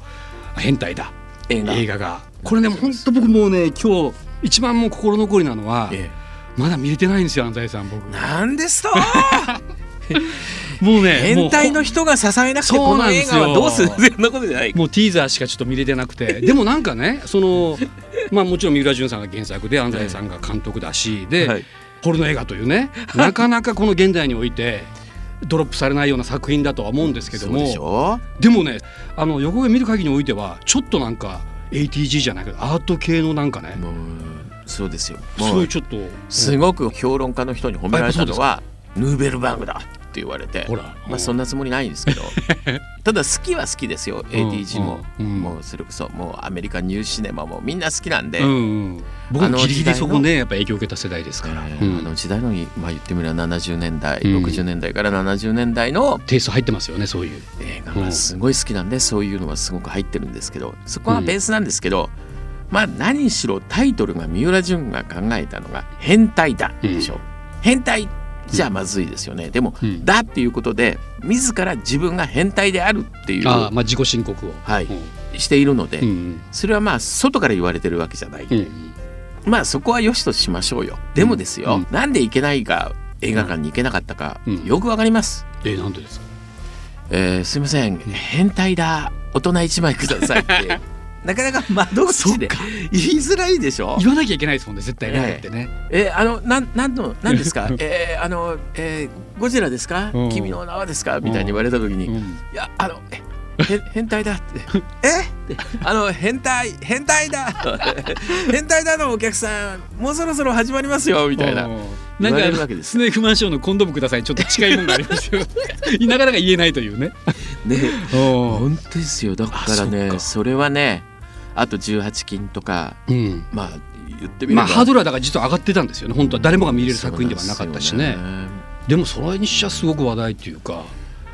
[SPEAKER 2] 変態だ
[SPEAKER 4] 映画
[SPEAKER 2] 映画がこれねもう本当僕もうね今日一番もう心残りなのは
[SPEAKER 4] え
[SPEAKER 2] まだ見れてないんですよ安西さん僕
[SPEAKER 5] うなん ですと
[SPEAKER 2] もうねもう
[SPEAKER 5] 変態の人が支えなくて
[SPEAKER 2] そう
[SPEAKER 5] こ
[SPEAKER 2] な
[SPEAKER 5] の
[SPEAKER 2] んで
[SPEAKER 5] 映
[SPEAKER 2] すよ
[SPEAKER 5] 画はどうするそんなことじゃない
[SPEAKER 2] もうティーザーしかちょっと見れてなくてでもなんかね そのまあもちろん三浦淳さんが原作で安西さんが監督だしで、
[SPEAKER 4] はい
[SPEAKER 2] ポルノ映画というねなかなかこの現代においてドロップされないような作品だとは思うんですけど
[SPEAKER 4] そう
[SPEAKER 2] も
[SPEAKER 4] でしょ。
[SPEAKER 2] でもねあの横目見る限りにおいてはちょっとなんか ATG じゃないけどアート系のなんかね
[SPEAKER 4] もうそうですよ。
[SPEAKER 2] す
[SPEAKER 4] も
[SPEAKER 2] ご
[SPEAKER 4] う
[SPEAKER 2] いちょっと
[SPEAKER 4] すごく評論家の人に褒められたの
[SPEAKER 2] あ
[SPEAKER 4] はヌーベルバーグだって言われて
[SPEAKER 2] ほら
[SPEAKER 4] まあそんなつもりないんです けどただ好きは好きですよ ATG も、
[SPEAKER 2] うんうん
[SPEAKER 4] もうそれこそもうアメリカニューシネマもみんな好きなんで、
[SPEAKER 2] うん
[SPEAKER 4] え
[SPEAKER 2] うん、僕
[SPEAKER 4] あの
[SPEAKER 2] もギリギリそこ
[SPEAKER 4] 時
[SPEAKER 2] ねやっぱ影響を受けた世代ですから、
[SPEAKER 4] ー
[SPEAKER 2] うん
[SPEAKER 4] あの時代の、まあ、言ってみれば70年代、
[SPEAKER 2] うん
[SPEAKER 4] 60年代から70年代の
[SPEAKER 2] テイスト入ってますよねそういう。
[SPEAKER 4] 映画がすごい好きなんで、そういうのはすごく入ってるんですけどそこはベースなんですけど、まあ何しろタイトルが三浦淳が考えたのが「変態だ」でしょ。変態じゃまずいですよね、でも、
[SPEAKER 2] うん
[SPEAKER 4] だっていうことで自ら自分が変態であるっていう
[SPEAKER 2] ああまあ自己申告を、
[SPEAKER 4] はい
[SPEAKER 2] うん
[SPEAKER 4] しているので、
[SPEAKER 2] うん
[SPEAKER 4] それはまあ外から言われてるわけじゃない、
[SPEAKER 2] うん
[SPEAKER 4] まあそこは良しとしましょうよでもですよ、
[SPEAKER 2] うん
[SPEAKER 4] なんで行けないか映画館に行けなかったか、
[SPEAKER 2] うん
[SPEAKER 4] よくわかります、
[SPEAKER 2] えなんでですか
[SPEAKER 4] えーすいません変態だ大人一枚くださいって なかなか窓口で言いづらいでしょ
[SPEAKER 2] 言わなきゃいけないですもんね絶対ね、
[SPEAKER 4] ええ
[SPEAKER 2] あれってね
[SPEAKER 4] えーあのなんなんのなんです かえーあの、えーゴジラですか
[SPEAKER 2] うん
[SPEAKER 4] 君の名はですかみたいに言われた時に、いやあのえへ変態だって えってあの変態変態 だ変態だのお客さんもうそろそろ始まりますよみたいな
[SPEAKER 2] おー
[SPEAKER 4] 言われる
[SPEAKER 2] な
[SPEAKER 4] わ
[SPEAKER 2] ん
[SPEAKER 4] けで
[SPEAKER 2] か
[SPEAKER 4] す
[SPEAKER 2] スネークマンションのコンドームくださいちょっと近いもんがあります よなかなか言えないというね
[SPEAKER 4] ね
[SPEAKER 2] おー
[SPEAKER 4] 本当ですよだからね
[SPEAKER 2] あそっ
[SPEAKER 4] そ
[SPEAKER 2] か
[SPEAKER 4] れはねあと18金とか
[SPEAKER 2] うん
[SPEAKER 4] まあ言ってみれば、
[SPEAKER 2] まあハードルはだから実は上がってたんですよね本当は誰もが見れる作品ではなかったしね
[SPEAKER 4] そうなんですよね
[SPEAKER 2] でもそれにしちゃすごく話題というか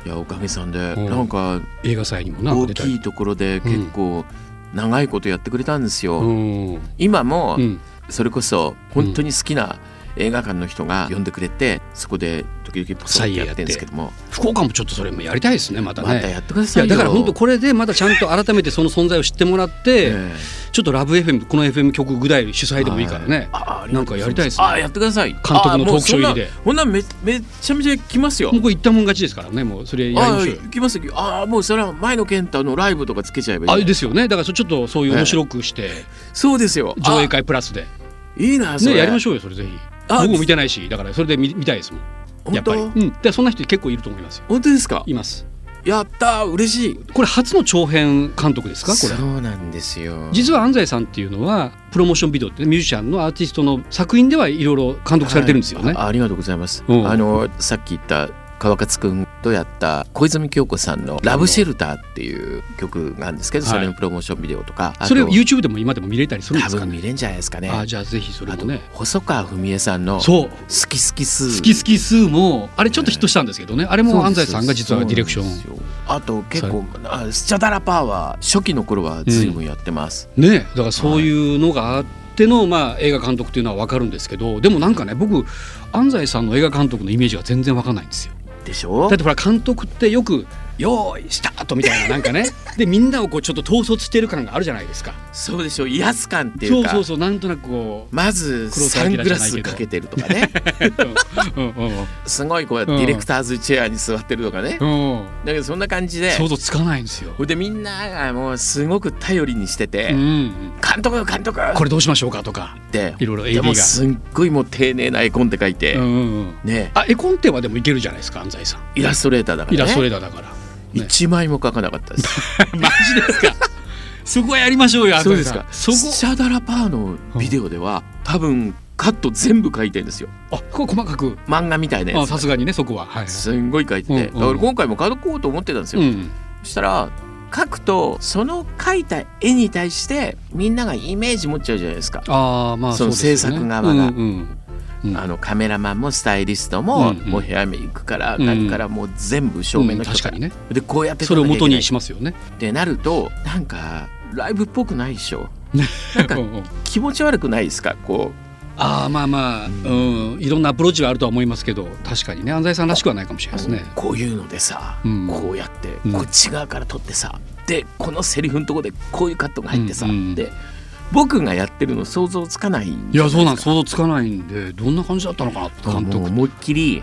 [SPEAKER 4] いやおかげさんで
[SPEAKER 2] うん
[SPEAKER 4] なんか
[SPEAKER 2] 映画祭にもな
[SPEAKER 4] 大
[SPEAKER 2] 出た
[SPEAKER 4] き
[SPEAKER 2] り
[SPEAKER 4] いところで結構長いことやってくれたんですよ、
[SPEAKER 2] うんうん
[SPEAKER 4] 今も
[SPEAKER 2] うん
[SPEAKER 4] それこそ本当に好きな映画館の人が呼んでくれてそこで時々ポソッとやってるんですけども
[SPEAKER 2] 福岡もちょっとそれもやりたいですねまた
[SPEAKER 4] ま
[SPEAKER 2] ね、
[SPEAKER 4] たやってくだ
[SPEAKER 2] い
[SPEAKER 4] さい
[SPEAKER 2] やだ
[SPEAKER 4] よ
[SPEAKER 2] から本当これでまだちゃんと改めてその存在を知ってもらって、
[SPEAKER 4] え
[SPEAKER 2] ちょっとラブ FM この FM 曲ぐらい主催でもいいからね、
[SPEAKER 4] ああり
[SPEAKER 2] な
[SPEAKER 4] が
[SPEAKER 2] ん
[SPEAKER 4] と
[SPEAKER 2] か
[SPEAKER 4] うござます
[SPEAKER 2] やりたいですね
[SPEAKER 4] あやってください監
[SPEAKER 2] 督のトークショー入りで
[SPEAKER 4] こんなんめめちゃめちゃ来ますよ
[SPEAKER 2] もうこれ行ったもん勝ちですからねもうそれやりまし
[SPEAKER 4] あ
[SPEAKER 2] ょうよ
[SPEAKER 4] 来ますよあもうそれは前の健太のライブとかつけちゃえば
[SPEAKER 2] あ
[SPEAKER 4] いい
[SPEAKER 2] ですよねだからそちょっとそういう面白くして
[SPEAKER 4] そうですよ
[SPEAKER 2] 上映会プラスで、
[SPEAKER 4] あいいなそれ
[SPEAKER 2] ね、やりま
[SPEAKER 4] ょ
[SPEAKER 2] しょうよそれぜひ
[SPEAKER 4] あ
[SPEAKER 2] 僕も見てないしだからそれで見見たいですもんや
[SPEAKER 4] 本
[SPEAKER 2] っぱ
[SPEAKER 4] 当
[SPEAKER 2] り、うん、でそんな人結構いると思いますよ
[SPEAKER 4] 本当ですか
[SPEAKER 2] います
[SPEAKER 4] やったー嬉しい
[SPEAKER 2] これ初の長編監督ですかこれ
[SPEAKER 4] そうなんですよ
[SPEAKER 2] 実は安西さんっていうのはプロモーションビデオってねミュージシャンのアーティストの作品ではいろいろ監督されてるんですよね、
[SPEAKER 4] あありがとうございます。
[SPEAKER 2] うん
[SPEAKER 4] あのさっき言った川勝くんとやった小泉京子さんの「ラブシェルター」っていう曲があるんですけど、
[SPEAKER 2] はい
[SPEAKER 4] それのプロモーションビデオとか、あと
[SPEAKER 2] それを YouTube でも今でも見れたりするんで
[SPEAKER 4] 多
[SPEAKER 2] すか
[SPEAKER 4] 分
[SPEAKER 2] ね
[SPEAKER 4] 見れんじゃないですかね。
[SPEAKER 2] あじゃあぜひそれ
[SPEAKER 4] あ
[SPEAKER 2] も
[SPEAKER 4] と
[SPEAKER 2] ね
[SPEAKER 4] 細川文江さんの「好
[SPEAKER 2] そう
[SPEAKER 4] き好きス
[SPEAKER 2] 「
[SPEAKER 4] ー」
[SPEAKER 2] 好き好きスー」もあれちょっとヒットしたんですけどねあれも安西さんが実はディレクション
[SPEAKER 4] ン。あと結構あスチャダラパーは初期の頃は随分やってます。
[SPEAKER 2] ねだからそういうのがあっての、まあ、映画監督というのは分かるんですけどでもなんかね僕安西さんの映画監督のイメージが全然分かんないんですよ。
[SPEAKER 4] でしょ
[SPEAKER 2] だってほら監督ってよく「用意スタート!」みたいななんか ねでみんなをこうちょっと統率してる感があるじゃないですか。
[SPEAKER 4] そうでしょ威圧感ってい
[SPEAKER 2] そうう
[SPEAKER 4] か
[SPEAKER 2] そうそうなんとなくこう。
[SPEAKER 4] まず
[SPEAKER 2] 黒
[SPEAKER 4] サ
[SPEAKER 2] 澤
[SPEAKER 4] ン
[SPEAKER 2] 明
[SPEAKER 4] グ
[SPEAKER 2] じ
[SPEAKER 4] ラ
[SPEAKER 2] ゃない
[SPEAKER 4] ス
[SPEAKER 2] けど
[SPEAKER 4] かけてると かね
[SPEAKER 2] うんうん
[SPEAKER 4] すごいこうディレクターズチェアに座ってるとかね。
[SPEAKER 2] うん、うん
[SPEAKER 4] だけどそんな感じで
[SPEAKER 2] 想像つかないんですよ。
[SPEAKER 4] ほいでみんながもうすごく頼りにしてて「
[SPEAKER 2] うん、
[SPEAKER 4] 監督監督!」
[SPEAKER 2] これどうしましょうかとか
[SPEAKER 4] って
[SPEAKER 2] いろいろ AD
[SPEAKER 4] でも
[SPEAKER 2] が。
[SPEAKER 4] すっごいもう丁寧な絵コンって書いて、
[SPEAKER 2] うんうんうん
[SPEAKER 4] ね
[SPEAKER 2] あ絵コンテはでもいけるじゃないですか安西さん
[SPEAKER 4] イラストレーターだか
[SPEAKER 2] イラ
[SPEAKER 4] ら
[SPEAKER 2] ストレ
[SPEAKER 4] ね
[SPEAKER 2] ーターだから、
[SPEAKER 4] 一枚も描かなかったです
[SPEAKER 2] マジですか そこはやりましょうよ安西さん
[SPEAKER 4] そこ
[SPEAKER 2] そ
[SPEAKER 4] シャダラパーのビデオでは多分カット全部描いてるんですよ
[SPEAKER 2] こあここ細かく
[SPEAKER 4] 漫画みたいなや
[SPEAKER 2] あ
[SPEAKER 4] つ
[SPEAKER 2] さすがにねそこははい、
[SPEAKER 4] すんごい描いてて、
[SPEAKER 2] うんうん
[SPEAKER 4] だから今回も描こうと思ってたんです
[SPEAKER 2] う
[SPEAKER 4] よ、
[SPEAKER 2] ん、
[SPEAKER 4] そしたら描くとその描いた絵に対してみんながイメージ持っちゃうじゃないですか
[SPEAKER 2] ああまあ
[SPEAKER 4] そ
[SPEAKER 2] う
[SPEAKER 4] の
[SPEAKER 2] ですよ
[SPEAKER 4] 制作側が
[SPEAKER 2] うんうんうん
[SPEAKER 4] あのカメラマンもスタイリストも、
[SPEAKER 2] うんうん
[SPEAKER 4] もうヘアメイクから
[SPEAKER 2] うん
[SPEAKER 4] 何からもう全部照明
[SPEAKER 2] う
[SPEAKER 4] の
[SPEAKER 2] ん
[SPEAKER 4] 人
[SPEAKER 2] 確かにね
[SPEAKER 4] でこうやって
[SPEAKER 2] それを元に
[SPEAKER 4] 撮
[SPEAKER 2] しますよね
[SPEAKER 4] らなきゃいけないってなるとなんかライブっぽくないでしょなんか
[SPEAKER 2] うんうん
[SPEAKER 4] 気持ち悪くないですかこ
[SPEAKER 2] ああまあまあ、うんいろんなアプローチはあるとは思いますけど確かにね安西さんらしくはないかもしれ
[SPEAKER 4] う
[SPEAKER 2] ないですね
[SPEAKER 4] こういうのでさ、
[SPEAKER 2] うん
[SPEAKER 4] こうやって
[SPEAKER 2] うん
[SPEAKER 4] こっち側から撮ってさ、でこのセリフのとこでこういうカットが入ってさ、
[SPEAKER 2] うんうん
[SPEAKER 4] で僕がやってるの想像つかない
[SPEAKER 2] いやそうなん
[SPEAKER 4] す
[SPEAKER 2] 想像つかないんでどんな感じだったのかなって監
[SPEAKER 4] 監督
[SPEAKER 2] 督
[SPEAKER 4] 思いっきり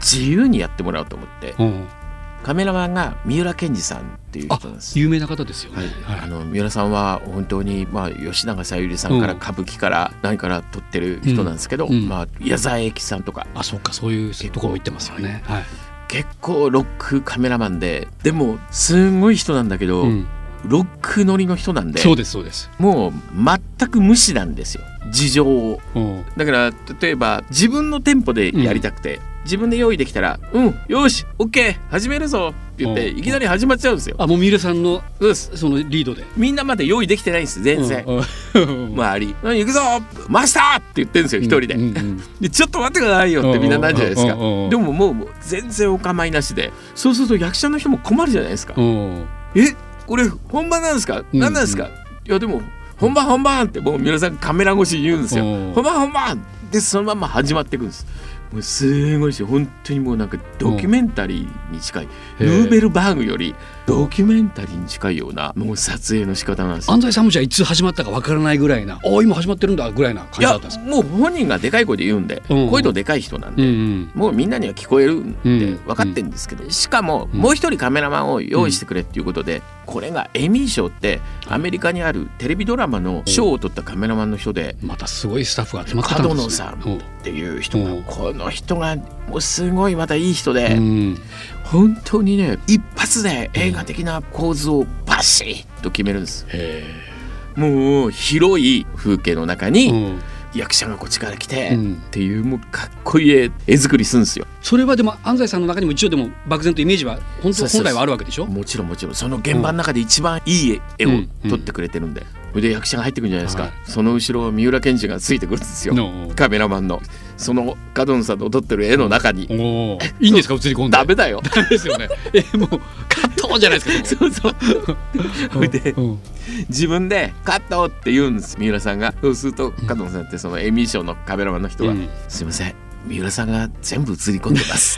[SPEAKER 4] 自由にやってもらおうと思って
[SPEAKER 2] うん、
[SPEAKER 4] カメラマンが三浦健二さんっていう人なんですよ
[SPEAKER 2] 有名な方ですよね、
[SPEAKER 4] はい、
[SPEAKER 2] は
[SPEAKER 4] あ
[SPEAKER 2] い
[SPEAKER 4] の三浦さんは本当に、まあ、吉永小百合さんから
[SPEAKER 2] うん
[SPEAKER 4] 歌舞伎から何から撮ってる人なんですけど、
[SPEAKER 2] うん
[SPEAKER 4] まあ、矢沢永吉さんとか
[SPEAKER 2] あそっかそういうところも行ってますよねはい、
[SPEAKER 4] 結構ロックカメラマンででもすんごい人なんだけど、
[SPEAKER 2] うん、
[SPEAKER 4] ロック乗りの人なんで
[SPEAKER 2] そうですそうです
[SPEAKER 4] もう全く無視なんですよ事情を。
[SPEAKER 2] うん
[SPEAKER 4] だから例えば自分のテンポでやりたくて、自分で用意できたら「うんよし OK 始めるぞ」って言って
[SPEAKER 2] うん
[SPEAKER 4] いきなり始まっちゃうんですよ。
[SPEAKER 2] あもう三浦さんの
[SPEAKER 4] そうです
[SPEAKER 2] そのリードで
[SPEAKER 4] みんなまだ用意できてないんです全然。
[SPEAKER 2] うん
[SPEAKER 4] 周り「何行くぞ回した!」って言ってるんですよ一人で。
[SPEAKER 2] うんうん
[SPEAKER 4] でちょっと待ってくださいよってみんななんじゃないですか
[SPEAKER 2] うんうんうんうん
[SPEAKER 4] でももうもう全然お構いなしでそうすると役者の人も困るじゃないですか
[SPEAKER 2] うんうん
[SPEAKER 4] えこれ本番なんですか
[SPEAKER 2] うん
[SPEAKER 4] 何なんですかいやでも本番本番ってもう皆さんカメラ越しに言うんですよ
[SPEAKER 2] うん
[SPEAKER 4] 本番本番でそのまま始まっていくんですもうすごいし本当にもうなんかドキュメンタリーに近い、
[SPEAKER 2] へ
[SPEAKER 4] ヌ
[SPEAKER 2] え
[SPEAKER 4] ーベルバーグよりドキュメンタリーに近いようなもう撮影の仕方なんですよ
[SPEAKER 2] 安西さんもじゃあいつ始まったかわからないぐらいなお今始まってるんだぐらいな感
[SPEAKER 4] い
[SPEAKER 2] じだ
[SPEAKER 4] や
[SPEAKER 2] ったんですか
[SPEAKER 4] もう本人がでかい声で言うんで、
[SPEAKER 2] うん
[SPEAKER 4] 声のでかい人なん
[SPEAKER 2] う
[SPEAKER 4] で、
[SPEAKER 2] んうん
[SPEAKER 4] もうみんなには聞こえるんで
[SPEAKER 2] うん
[SPEAKER 4] 分かってるんですけど、しかも
[SPEAKER 2] うん
[SPEAKER 4] もう一人カメラマンを用意してくれっていうことで、これがエミー賞ってアメリカにあるテレビドラマの賞を取ったカメラマンの人で
[SPEAKER 2] またすごいスタッフが集まってたんです、ね、
[SPEAKER 4] 角野さんっていう人が、
[SPEAKER 2] うん
[SPEAKER 4] この人がもうすごいまたいい人で。
[SPEAKER 2] うんうん
[SPEAKER 4] 本当にね一発で映画的な構図をバシッと決めるんです
[SPEAKER 2] へ
[SPEAKER 4] もう広い風景の中
[SPEAKER 2] えう
[SPEAKER 4] に
[SPEAKER 2] ん
[SPEAKER 4] 役者がこっちから来
[SPEAKER 2] う
[SPEAKER 4] て
[SPEAKER 2] ん
[SPEAKER 4] っていうもうかっこいい絵作りするんですよ
[SPEAKER 2] それはでも安西さんの中にも一応でも漠然とイメージは本
[SPEAKER 4] そ
[SPEAKER 2] 当
[SPEAKER 4] うそう
[SPEAKER 2] 本来はあるわけでしょ
[SPEAKER 4] もちろんもちろんその現場の中で一番いい絵を
[SPEAKER 2] うん
[SPEAKER 4] 撮ってくれてるんでそれで役者が入ってくるんじゃないです
[SPEAKER 2] は
[SPEAKER 4] か
[SPEAKER 2] い
[SPEAKER 4] その後ろを三浦賢治がついてくるんですよ
[SPEAKER 2] の
[SPEAKER 4] カメラマンのその角野さんの撮ってる絵の中に
[SPEAKER 2] おーいいんですか映り込んで
[SPEAKER 4] ダメだよ
[SPEAKER 2] ダメですよねえもうカットじゃないですか
[SPEAKER 4] そう そう
[SPEAKER 2] そ
[SPEAKER 4] れで
[SPEAKER 2] うん
[SPEAKER 4] 自分で「カット!」って言うんです三浦さんがそうすると加藤さんってそのエミー賞のカメラマンの人が「
[SPEAKER 2] うん
[SPEAKER 4] すいません三浦さんが全部映り込んでます」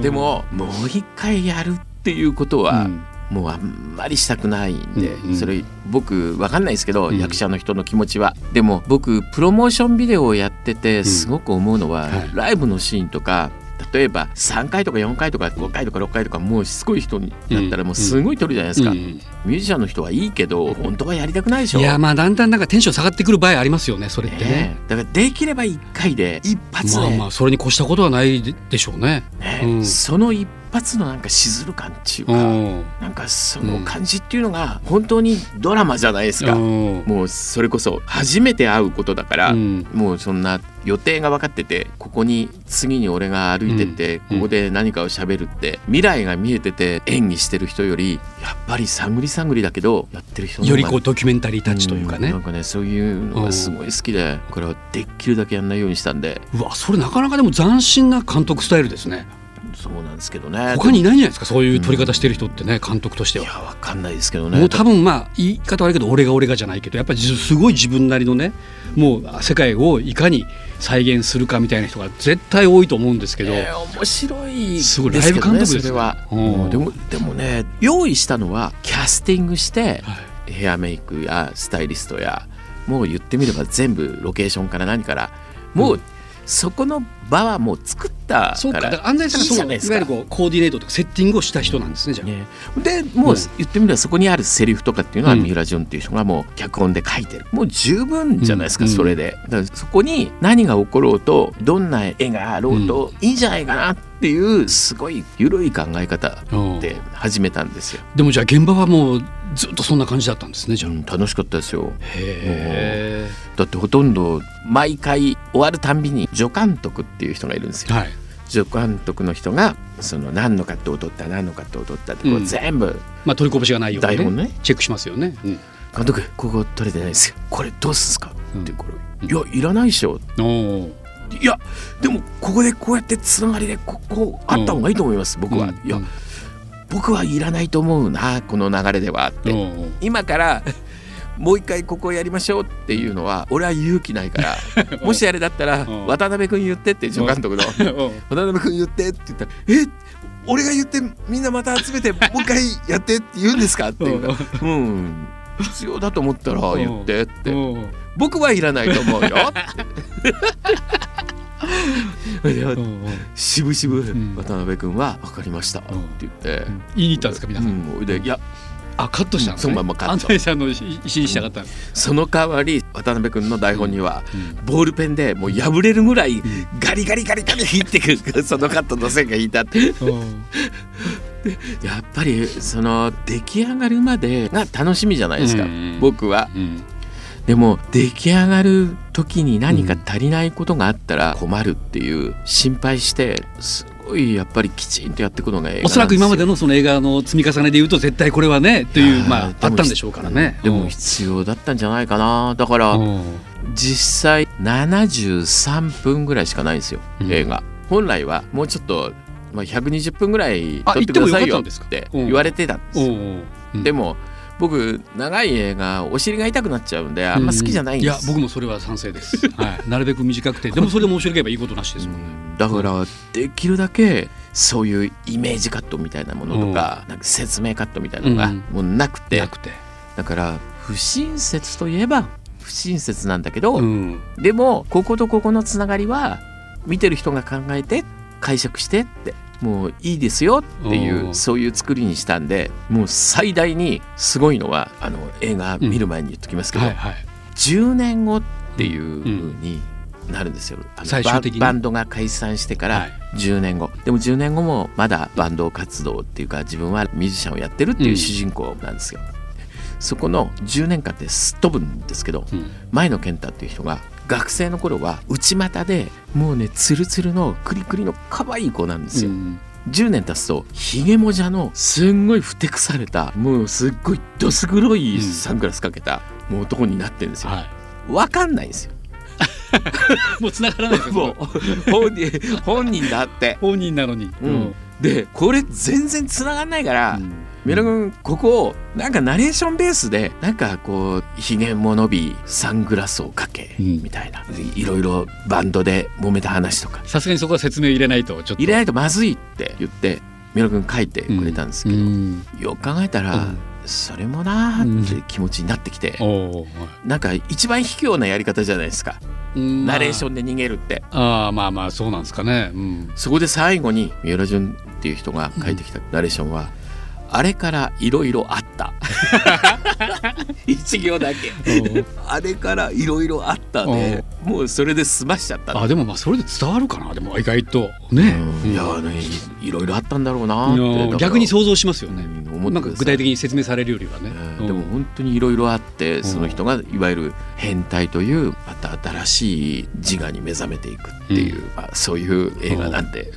[SPEAKER 4] でももう一回やるっていうことは、
[SPEAKER 2] うん
[SPEAKER 4] もうあんまりしたくないんで、
[SPEAKER 2] うんうん
[SPEAKER 4] それ僕わかんないですけど、
[SPEAKER 2] うん
[SPEAKER 4] 役者の人の気持ちはでも僕プロモーションビデオをやっててすごく思うのは、
[SPEAKER 2] はい
[SPEAKER 4] ライブのシーンとか例えば3回とか4回とか5回とか6回とかもうしつこい人になったらもうすごい撮るじゃないですか、
[SPEAKER 2] うん
[SPEAKER 4] ミュージシャンの人はいいけど本当はやりたくないでしょ
[SPEAKER 2] いやまあだんだんなんかテンション下がってくる場合ありますよねそれってね
[SPEAKER 4] ねえだからできれば1回で一発で、
[SPEAKER 2] まあまあそれに越したことはないででしょうね
[SPEAKER 4] ね
[SPEAKER 2] うん
[SPEAKER 4] その一発のなんかしずる感っていうか、
[SPEAKER 2] うん
[SPEAKER 4] なんかその感じっていうのが本当にドラマじゃないですか、
[SPEAKER 2] うん
[SPEAKER 4] もうそれこそ初めて会うことだから、
[SPEAKER 2] うん
[SPEAKER 4] もうそんな予定が分かっててここに次に俺が歩いてって、
[SPEAKER 2] うん
[SPEAKER 4] ここで何かを喋るって未来が見えてて演技してる人よりやっぱり探り探りだけどやってる人の方
[SPEAKER 2] よ
[SPEAKER 4] が
[SPEAKER 2] りこうドキュメンタリータッチというか
[SPEAKER 4] ん
[SPEAKER 2] ね
[SPEAKER 4] なんかねそういうのがすごい好きでこれはできるだけやんないようにしたんで
[SPEAKER 2] うわそれなかなかでも斬新な監督スタイルですね
[SPEAKER 4] そうなんですけどね
[SPEAKER 2] 他にいないんじゃないですかそういう撮り方してる人ってね監督として
[SPEAKER 4] い
[SPEAKER 2] は
[SPEAKER 4] やわかんないですけどね
[SPEAKER 2] もう多分まあ言い方悪いけど俺が俺がじゃないけどやっぱりじすごい自分なりのねもう世界をいかに再現するかみたいな人が絶対多いと思うんですけど、
[SPEAKER 4] えー面白い
[SPEAKER 2] すごい
[SPEAKER 4] ですけど
[SPEAKER 2] ライ
[SPEAKER 4] ね
[SPEAKER 2] ブ監督ですね
[SPEAKER 4] それは、
[SPEAKER 2] うん
[SPEAKER 4] うんでもでもね用意したのはキャスティングしてヘアメイクやスタイリストやもう言ってみれば全部ロケーションから何からもう、そこの場はもう作ったから
[SPEAKER 2] そうかだから安西さんが
[SPEAKER 4] いいじ
[SPEAKER 2] その
[SPEAKER 4] ゃ
[SPEAKER 2] いわ
[SPEAKER 4] ないですか
[SPEAKER 2] ゆるこうコーディネートとかセッティングをした人なんですねじゃあ、
[SPEAKER 4] ね、でも
[SPEAKER 2] うん
[SPEAKER 4] う言ってみればそこにあるセリフとかっていうのは
[SPEAKER 2] うん
[SPEAKER 4] 三浦淳っていう人がもう脚本で書いてるもう十分じゃないですか、
[SPEAKER 2] うん
[SPEAKER 4] それでだからそこに何が起ころうとどんな絵があろうといいんじゃないかなっていうすごい緩い考え方
[SPEAKER 2] うん
[SPEAKER 4] で始めたんですよ、
[SPEAKER 2] でもじゃあ現場はもうずっとそんな感じだったんですねじゃあ、
[SPEAKER 4] うん楽しかったですよ
[SPEAKER 2] へ
[SPEAKER 4] だってほとんど毎回終わるたんびに助監督っていう人がいるんですよ
[SPEAKER 2] えはい
[SPEAKER 4] 助監督の人がその何のカットを撮った何のカットを撮ったってこ
[SPEAKER 2] う
[SPEAKER 4] うん全部
[SPEAKER 2] まあ取りこぼしがないよう
[SPEAKER 4] 台
[SPEAKER 2] に、
[SPEAKER 4] 本
[SPEAKER 2] ね
[SPEAKER 4] ね
[SPEAKER 2] チェックしますよね、うん
[SPEAKER 4] 監督ここ取れてないですよこれどうすんすか?」
[SPEAKER 2] うん
[SPEAKER 4] ってこれ「いやいらないでしょ」
[SPEAKER 2] おー
[SPEAKER 4] いやでもここでこうやってつながりでここあった方がいいと思います、僕
[SPEAKER 2] う
[SPEAKER 4] は、
[SPEAKER 2] ん
[SPEAKER 4] いや
[SPEAKER 2] うん
[SPEAKER 4] 僕はいらないと思うなこの流れではって、
[SPEAKER 2] おー
[SPEAKER 4] 今からもう一回ここやりましょうっていうのは俺は勇気ないから もしあれだったら
[SPEAKER 2] うん
[SPEAKER 4] 渡辺君言ってって助監督の 「渡辺君言って」って言ったら「え俺が言ってみんなまた集め てもう一回やって」って言うんですかっていうから「うん必要だと思ったら言って」って
[SPEAKER 2] おー
[SPEAKER 4] 「僕はいらないと思う よ」って。いや
[SPEAKER 2] おー
[SPEAKER 4] しぶしぶ
[SPEAKER 2] ん
[SPEAKER 4] 渡辺君は「分かりました」って言って、
[SPEAKER 2] 言いに行ったんですか皆さん、
[SPEAKER 4] うん、でいや
[SPEAKER 2] あカットしたんです、ね、
[SPEAKER 4] うんそのまんまカット
[SPEAKER 2] 安西さんの指示に従ったんです、
[SPEAKER 4] その代わり渡辺君の台本には
[SPEAKER 2] うん
[SPEAKER 4] ボールペンでもう破れるぐらいガリガリガリガリ引いてくるそのカットの線が引いたってやっぱりその出来上がるまでが楽しみじゃないですか、
[SPEAKER 2] うん
[SPEAKER 4] 僕は
[SPEAKER 2] うん
[SPEAKER 4] でも出来上がる時に何か足りないことがあったら困るっていう心配してすごいやっぱりきちんとやっていくのが映画なんですよ
[SPEAKER 2] おそらく今までのその映画の積み重ねで言うと絶対これはねというまああったんでしょうからね。
[SPEAKER 4] でも必要だったんじゃないかなだから、
[SPEAKER 2] うん
[SPEAKER 4] 実際73分ぐらいしかないんですよ、
[SPEAKER 2] うん
[SPEAKER 4] 映画本来はもうちょっと、まあ、120分ぐらい撮ってくださいよって
[SPEAKER 2] あ言ってもよかったん
[SPEAKER 4] 言われてたんですよ
[SPEAKER 2] うん
[SPEAKER 4] でも僕長い映画お尻が痛くなっちゃうんであんま好きじゃないん
[SPEAKER 2] い
[SPEAKER 4] で
[SPEAKER 2] や
[SPEAKER 4] す、
[SPEAKER 2] 僕もそれは賛成 です、はい、なるべく短くてでもそれで面白ければいいことなしですもんね
[SPEAKER 4] うんだからできるだけそういうイメージカットみたいなものとか,、なんか説明カットみたいなのが
[SPEAKER 2] うん
[SPEAKER 4] もうなくて、
[SPEAKER 2] なくて、
[SPEAKER 4] だから不親切といえば不親切なんだけど、
[SPEAKER 2] うん、
[SPEAKER 4] でもこことここのつながりは見てる人が考えて解釈してってもういいですよってい
[SPEAKER 2] おー
[SPEAKER 4] うそういう作りにしたんでもう最大にすごいのはあの映画見る前に言っときますけど、
[SPEAKER 2] はいはい
[SPEAKER 4] 10年後っていう風になるんですよ、あの
[SPEAKER 2] 最終的に
[SPEAKER 4] ババンドが解散してか
[SPEAKER 2] は
[SPEAKER 4] ら
[SPEAKER 2] い
[SPEAKER 4] 10年後、でも10年後もまだバンド活動っていうか自分はミュージシャンをやってるっていう主人公なんですよ、そこの10年間ってすっ飛ぶんですけど、
[SPEAKER 2] うん
[SPEAKER 4] 前野健太っていう人が学生の頃は内股でもうねツルツルのクリクリの可愛い子なんですよ、
[SPEAKER 2] うん
[SPEAKER 4] 10年経つとひげもじゃのすんごいふてくされたもうすっごいどす黒いサングラスかけた、もう男になってるんですよ、
[SPEAKER 2] は
[SPEAKER 4] わかんないんですよ
[SPEAKER 2] い、もう繋がらないですよ
[SPEAKER 4] もう本人本人だって
[SPEAKER 2] 本人なのに、
[SPEAKER 4] うんでこれ全然つながんないから、
[SPEAKER 2] うん
[SPEAKER 4] メロ君ここをなんかナレーションベースでなんかこうひげも伸びサングラスをかけ
[SPEAKER 2] うん
[SPEAKER 4] みたいな、いろいろバンドで揉めた話とか
[SPEAKER 2] さすがにそこは説明入れないとちょっと
[SPEAKER 4] 入れないとまずいって言ってメロ君書いてくれたんですけど、
[SPEAKER 2] うん
[SPEAKER 4] よく考えたら、
[SPEAKER 2] うん
[SPEAKER 4] それもなーって気持ちになってきて、
[SPEAKER 2] おー
[SPEAKER 4] なんか一番卑怯なやり方じゃないですか、
[SPEAKER 2] うん
[SPEAKER 4] ナレーシ
[SPEAKER 2] ン
[SPEAKER 4] ョンで逃げるって
[SPEAKER 2] ああまあまあそうなんですかね、うん、
[SPEAKER 4] そこで最後に三浦淳っていう人が書いてきたナレーションは、あれからいろいろあった 一行だけあれからいろいろあったで、もうそれで済ましちゃったんだ
[SPEAKER 2] あでもまあそれで伝わるかなでも意外とね、
[SPEAKER 4] うんいやーねいいろいろあったんだろう
[SPEAKER 2] う
[SPEAKER 4] なーってだ
[SPEAKER 2] んい
[SPEAKER 4] か
[SPEAKER 2] や
[SPEAKER 4] ら
[SPEAKER 2] 逆に想像しますよね、
[SPEAKER 4] うん思って
[SPEAKER 2] なんか
[SPEAKER 4] ください
[SPEAKER 2] 具体的に説明されるよりはね、う
[SPEAKER 4] えー
[SPEAKER 2] ん
[SPEAKER 4] でも本当にいろいろあってその人がいわゆる変態というまた新しい自我に目覚めていくっていう、まあ、そういう映画なんで、